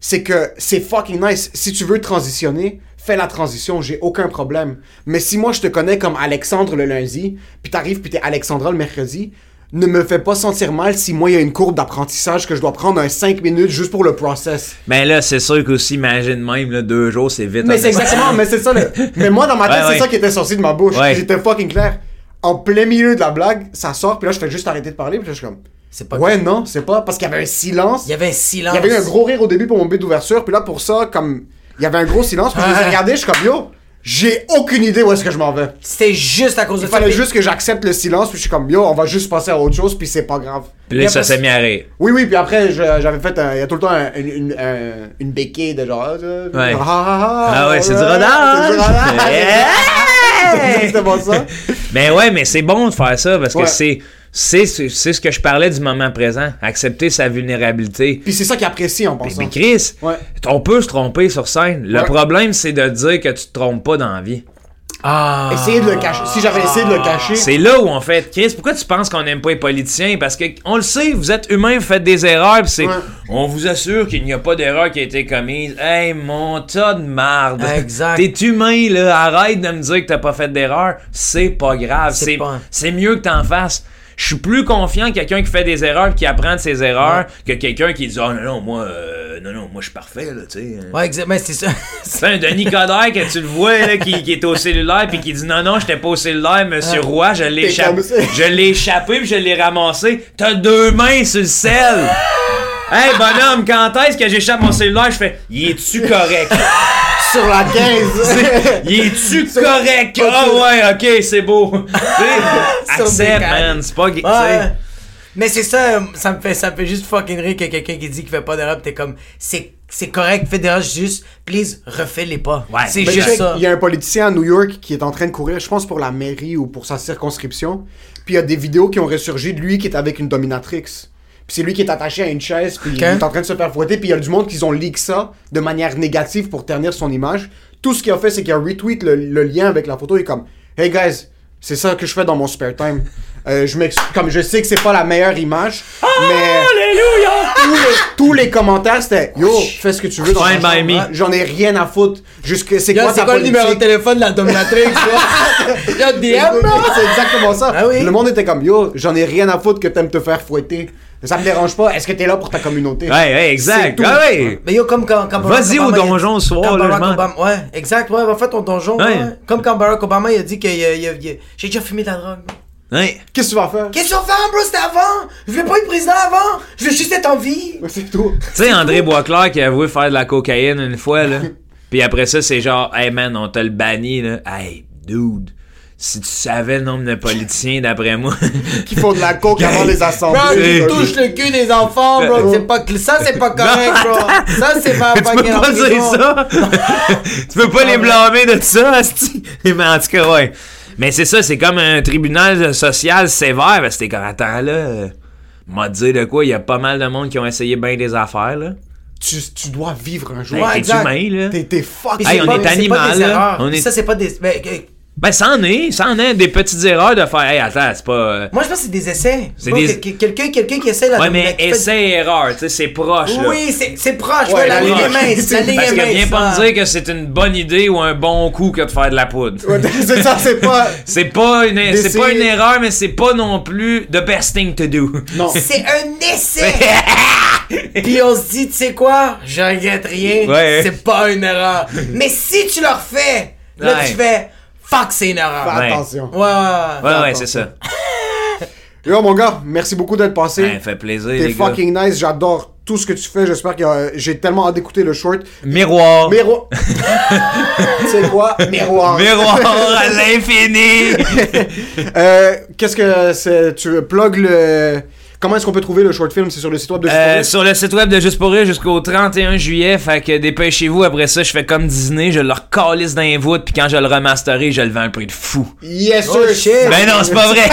S4: c'est que c'est fucking nice. Si tu veux transitionner, fais la transition, j'ai aucun problème. Mais si moi, je te connais comme Alexandre le lundi, puis t'arrives, puis t'es Alexandra le mercredi, ne me fais pas sentir mal si moi, il y a une courbe d'apprentissage que je dois prendre un 5 minutes juste pour le process.
S5: Mais là, c'est sûr qu'aussi, imagine même, là, deux jours, c'est vite.
S4: Mais
S5: hein.
S4: c'est exactement, mais c'est ça. le- Mais moi, dans ma tête,
S5: Ouais,
S4: c'est
S5: ouais.
S4: ça qui était sorti de ma bouche.
S5: Ouais.
S4: J'étais fucking clair. En plein milieu de la blague, ça sort, puis là, je fais juste arrêter de parler, puis là, je suis comme.
S3: C'est pas
S4: Ouais, non, c'est pas. Parce qu'il y avait un silence.
S3: Il y avait un silence.
S4: Il y avait eu un gros rire au début pour mon but d'ouverture, puis là, pour ça, comme. Il y avait un gros silence, puis je les ai regardés, je suis comme, yo, j'ai aucune idée où est-ce que je m'en vais.
S3: C'était juste à cause de
S4: Il
S3: ça.
S4: fallait
S3: puis-
S4: juste que j'accepte le silence, puis je suis comme, yo, on va juste passer à autre chose, puis c'est pas grave.
S5: Puis là,
S4: Et
S5: ça
S4: après-
S5: s'est mis à rire.
S4: oui, oui, puis après, je- j'avais fait un- Il y a tout le temps un- une, une, un- une béquille de genre.
S5: Ouais.
S4: Ah, ah,
S5: Ah ouais, c'est du hein?
S4: C'est du
S5: rodage!
S4: rodage. C'est exactement ça.
S5: Mais ouais, mais c'est bon de faire ça parce que
S4: Ouais.
S5: c'est. C'est c'est- c'est ce que je parlais du moment présent. Accepter sa vulnérabilité.
S4: Puis c'est ça qu'il apprécie en pensant.
S5: Mais Chris,
S4: Ouais.
S5: on peut se tromper sur scène. Le
S4: Ouais.
S5: problème, c'est de dire que tu te trompes pas dans la vie.
S3: Ah.
S4: Essayer de le cacher. Si j'avais essayé de le cacher.
S5: C'est là où on fait Chris, pourquoi tu penses qu'on n'aime pas les politiciens Parce que on le sait, vous êtes humain, vous faites des erreurs, pis c'est
S4: Ouais.
S5: on vous assure qu'il n'y a pas d'erreur qui a été commise. Hey, mon tas de marde.
S3: Exact.
S5: T'es humain là, arrête de me dire que t'as pas fait d'erreur, c'est pas grave,
S3: C'est
S5: c'est
S3: pas-
S5: c'est mieux que t'en fasses. Je suis plus confiant que quelqu'un qui fait des erreurs, qui apprend de ses erreurs, que quelqu'un qui dit "Ah non non, moi euh, non non, moi je suis parfait là, tu sais." hein.
S3: Ouais, exactement. C'est ça.
S5: C'est un Denis Coderre que tu le vois là, qui, qui est au cellulaire puis qui dit non non j'étais pas au cellulaire monsieur Roy je l'ai
S4: T'es
S5: échappé
S4: comme ça.
S5: je l'ai échappé puis je l'ai ramassé t'as deux mains sur le sel hey bonhomme quand est-ce que j'échappe mon cellulaire je fais y es-tu correct
S4: Sur la 15.
S5: y es-tu correct ah ouais ok c'est beau Tu sais,
S3: Sur des
S5: accepte
S3: cadres.
S5: man c'est pas gay, tu
S3: Ouais.
S5: sais.
S3: Mais c'est ça, euh, ça me fait, ça me fait juste fucking rire que quelqu'un qui dit qu'il fait pas d'erreur, pis t'es comme, c'est c'est correct, Federer, juste, please, refais les pas.
S5: Ouais.
S3: c'est
S4: Ben,
S3: juste
S4: check,
S3: ça.
S4: Il y a un politicien à New York qui est en train de courir, je pense, pour la mairie ou pour sa circonscription. Puis il y a des vidéos qui ont ressurgi de lui qui est avec une dominatrix. Puis c'est lui qui est attaché à une chaise, puis
S3: Ok.
S4: il est en train de se faire fouetter. Puis il y a du monde qui ont leak ça de manière négative pour ternir son image. Tout ce qu'il a fait, c'est qu'il a retweet le, le lien avec la photo. Il est comme Hey guys, c'est ça que je fais dans mon spare time. Euh, je m'excuse, comme je sais que c'est pas la meilleure image,
S3: Ah,
S4: mais
S5: Alléluia!
S4: tous les, tous les commentaires c'était Yo, fais ce que tu veux dans ta
S5: Fine by
S4: chambre,
S5: me.
S4: hein. J'en ai rien à foutre. Jusque, c'est
S3: Yo,
S4: quoi
S3: c'est
S4: ta
S3: quoi le numéro de
S4: politique?
S3: téléphone de la dominatrix, là? Yo, DM, là?
S4: C'est exactement ça.
S3: Ah oui?
S4: Le monde était comme yo, j'en ai rien à foutre que t'aimes te faire fouetter. Ça me dérange pas. Est-ce que t'es là pour ta communauté?
S5: Ouais, ouais,
S4: C'est
S5: exact.
S4: tout.
S5: Ah ouais.
S3: Mais yo, comme quand, quand Barack
S5: Vas-y au
S3: Obama,
S5: donjon ce soir,
S3: quand
S5: là,
S3: Barack
S5: je m'en-
S3: Obama- Ouais, exact, ouais, va faire ton donjon.
S5: Ouais.
S3: ouais. Comme quand Barack Obama, il a dit que il a- il a- il a- j'ai déjà fumé de la drogue.
S5: Ouais.
S4: Qu'est-ce que tu vas faire?
S3: Qu'est-ce qu'on fait, hein, bro? C'était avant! Je voulais pas être président avant! Je veux juste être en vie!
S4: C'est tout.
S5: Tu sais, André Boisclair qui a avoué faire de la cocaïne une fois, là. Puis après ça, c'est genre, hey man, on t'a le banni, là. Hey, dude, si tu savais le nombre de politiciens, d'après moi.
S4: Qui font de la coke avant les
S3: Bro,
S4: assemblées.
S3: tu touches le cul des enfants, bro! C'est pas, ça, c'est pas correct, bro! Ça, c'est pas
S5: tu peux pas dire ça! tu peux pas les blâmer de ça, asti. Mais en tout cas, ouais. Mais c'est ça, c'est comme un tribunal social sévère, parce que t'es comme, attends, là, euh, m'a dit de quoi, il y a pas mal de monde qui ont essayé bien des affaires, là.
S4: Tu, tu dois vivre un jour.
S5: Hey, t'es
S3: exact.
S5: humain, hein? là.
S4: T'es, t'es fuck.
S3: Puis
S5: Hey,
S3: c'est
S5: on
S3: pas-
S5: est
S3: c'est pas des
S5: animal, là.
S3: erreurs.
S5: On est-
S3: Ça, c'est pas des. mais, euh,
S5: Ben, ça en est, ça en est, des petites erreurs de faire, hey, attends, c'est pas. euh,
S3: moi, je pense que c'est des essais.
S5: C'est
S3: Bro,
S5: des-
S3: que- que- Quelqu'un quelqu'un qui essaie la
S5: Ouais, mais
S3: qui fait-
S5: essai-erreur, tu sais, c'est proche, là.
S3: Oui, c'est c'est proche,
S4: Ouais,
S3: ouais, la
S4: proche.
S3: ligne est mince. La ligne
S5: Parce
S3: est
S5: que
S3: mince, ah.
S5: viens pas
S3: ça.
S5: me dire que c'est une bonne idée ou un bon coup que de faire de la poudre.
S4: c'est ça, c'est pas.
S5: C'est pas une, c'est pas une
S4: D'essayer.
S5: erreur, mais c'est pas non plus the best thing to do.
S4: Non.
S3: C'est un essai! Puis on se dit, tu sais quoi? Je regrette rien.
S5: Ouais.
S3: C'est pas une erreur. Mais si tu le refais, là,
S5: Ouais.
S3: tu fais fuck, c'est une erreur.
S4: Fais
S3: Ouais,
S5: Ouais.
S4: attention.
S3: ouais, ouais.
S5: Ouais, ouais, c'est ça.
S4: Yo, mon gars, merci beaucoup d'être passé.
S5: Ouais, fait plaisir,
S4: T'es
S5: les gars.
S4: fucking nice. J'adore tout ce que tu fais. J'espère que euh, j'ai tellement hâte d'écouter le short.
S5: Miroir.
S4: Miroir. tu sais quoi? Miroir.
S5: Miroir à l'infini.
S4: Euh, qu'est-ce que c'est Tu plug le. Comment est-ce qu'on peut trouver le short film C'est sur le site web de
S5: Euh,
S4: Juste pour
S5: sur le site web de Juste pour rire jusqu'au 31 juillet, fait que dépêchez-vous. Après ça, je fais comme Disney, je le recalisse dans les voûtes, puis quand je le remasterise, je le vends à un prix de fou.
S4: rire. Yes,
S3: Oh,
S4: sir.
S3: shit.
S5: Ben non, c'est pas vrai.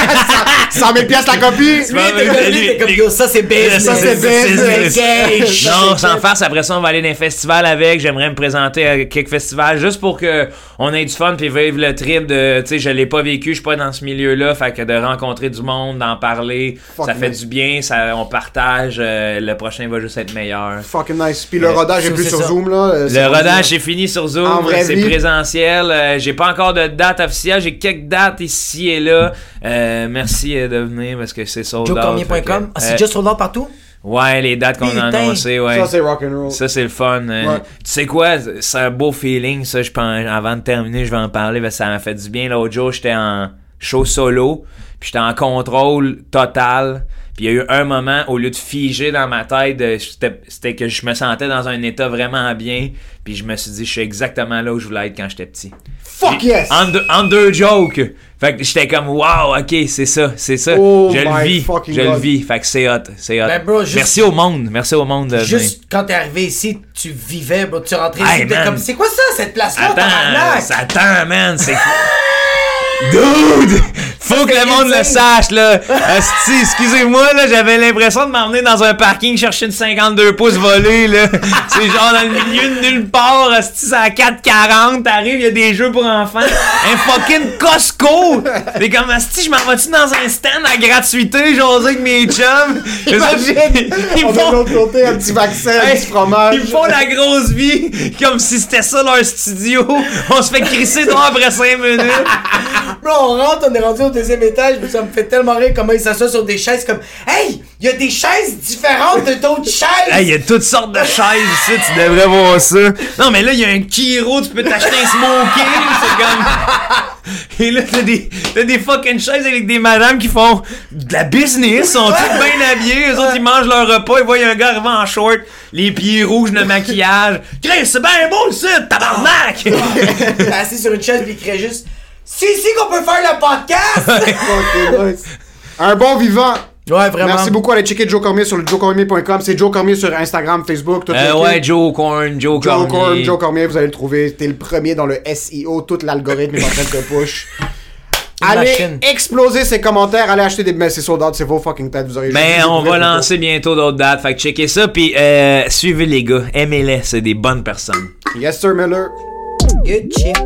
S4: 100 000 piastres la copie.
S5: Ben- pas
S3: Lui, t'es
S5: vrai,
S3: comme- lui,
S5: lui,
S3: t'es comme,
S5: lui.
S3: yo, ça, c'est business.
S4: Ça, c'est business.
S3: Engage.
S5: Non, sans farce, après ça, on va aller dans un festival avec. J'aimerais me présenter à quelques festivals juste pour que on ait du fun puis vivre le trip de, tu sais, je l'ai pas vécu, je suis pas dans ce milieu-là, fait que de rencontrer du monde, d'en parler,
S4: Fuck
S5: ça fait
S4: me.
S5: du bien, ça, on partage, euh, le prochain va juste être meilleur.
S4: Fucking nice. Puis le rodage est
S3: c'est-
S4: plus
S3: c'est
S4: sur
S3: ça.
S4: Zoom là.
S5: Le rodage est fini sur
S4: En
S5: Zoom,
S4: vraie
S5: c'est
S4: vie.
S5: présentiel. Euh, j'ai pas encore de date officielle, j'ai quelques dates ici et là. Euh, merci euh, de venir parce que c'est sold out, fait que,
S3: JoeCormier.com. Ah,
S5: euh,
S3: c'est juste sur l'or partout?
S5: Ouais, les dates qu'on a
S3: Putain.
S5: annoncées, ouais.
S4: Ça c'est rock'n'roll.
S5: Ça, c'est le fun. Euh,
S4: Ouais.
S5: Tu sais quoi? C'est un beau feeling, ça. Je pense, avant de terminer, je vais en parler parce que ça m'a fait du bien. L'autre jour, j'étais en show solo, puis j'étais en contrôle total. Puis il y a eu un moment, au lieu de figer dans ma tête, euh, c'était c'était que je me sentais dans un état vraiment bien. Puis je me suis dit, je suis exactement là où je voulais être quand j'étais petit.
S4: Fuck yes.
S5: En deux, en deux jokes. Fait que j'étais comme, wow, ok, c'est ça, c'est ça.
S4: Oh
S5: je le
S4: my
S5: vis,
S4: fucking
S5: je le
S4: God.
S5: vis. Fait que c'est hot, c'est hot.
S3: Ben, bro, juste-
S5: Merci au monde, merci au monde. de venir.
S3: Juste quand t'es arrivé ici, tu vivais, bro. Tu rentrais
S5: Hey,
S3: ici, t'es
S5: man.
S3: comme, c'est quoi ça, cette place-là,
S5: Attends,
S3: tabarnak?
S5: ça attend, man, c'est... Dude! Faut que
S3: c'est
S5: le monde le
S3: insane.
S5: sache, là! Asti, excusez-moi, là, j'avais l'impression de m'emmener dans un parking chercher une 52 pouces volée, là. C'est genre dans le milieu de nulle part, Asti, c'est à 4,40, t'arrives, il y a des jeux pour enfants. Un fucking Costco! T'es comme, Asti, je m'en vais-tu dans un stand à gratuité, j'ose avec mes chums? Les autres, ils
S4: On a de
S5: font-
S4: l'autre côté un petit vaccin, un
S5: Hey,
S4: petit fromage.
S5: Ils font la grosse vie comme si c'était ça leur studio. On se fait crisser dehors après 5 minutes.
S3: Bro, on rentre, on est rendu au deuxième étage, puis ça me fait tellement rire comment ils s'assoient sur des chaises comme Hey, il y a des chaises différentes de d'autres chaises!
S5: Hey, il y a toutes sortes de chaises ici, tu devrais voir ça. Non, mais là, il y a un Kiro, tu peux t'acheter un smoking, c'est comme... Et là, t'as des, t'as des fucking chaises avec des madames qui font de la business, sont toutes bien habillées, eux autres, ils mangent leur repas, ils voient un gars arriver en short, les pieds rouges, le maquillage. Chris, c'est bien beau, le site, tabarnak!
S3: Il est assis sur une chaise, puis il crée juste C'est ici qu'on peut faire le podcast!
S4: Fucking nice. Un bon vivant.
S3: Ouais, vraiment.
S4: Merci beaucoup. Allez checker Joe Cormier sur le joecormier.com. C'est Joe Cormier sur Instagram, Facebook. Tout
S5: Euh,
S4: le
S5: ouais,
S4: kit.
S5: Joe Corn,
S4: Joe
S5: Joe Cormier.
S4: Cormier. Joe Cormier, vous allez le trouver. T'es le premier dans le SEO. Tout l'algorithme est en train de te push. Allez
S3: machine.
S4: exploser ses commentaires. Allez acheter des. Mais c'est sold out, c'est vos fucking têtes. Vous aurez
S5: Mais
S4: juste
S5: Ben, on
S4: découvert
S5: va
S4: le
S5: lancer bientôt d'autres dates. Fait que checkez ça. Puis euh, suivez les gars. Aimez-les. C'est des bonnes personnes.
S4: tour. Yes, sir, Miller.
S3: Good shit.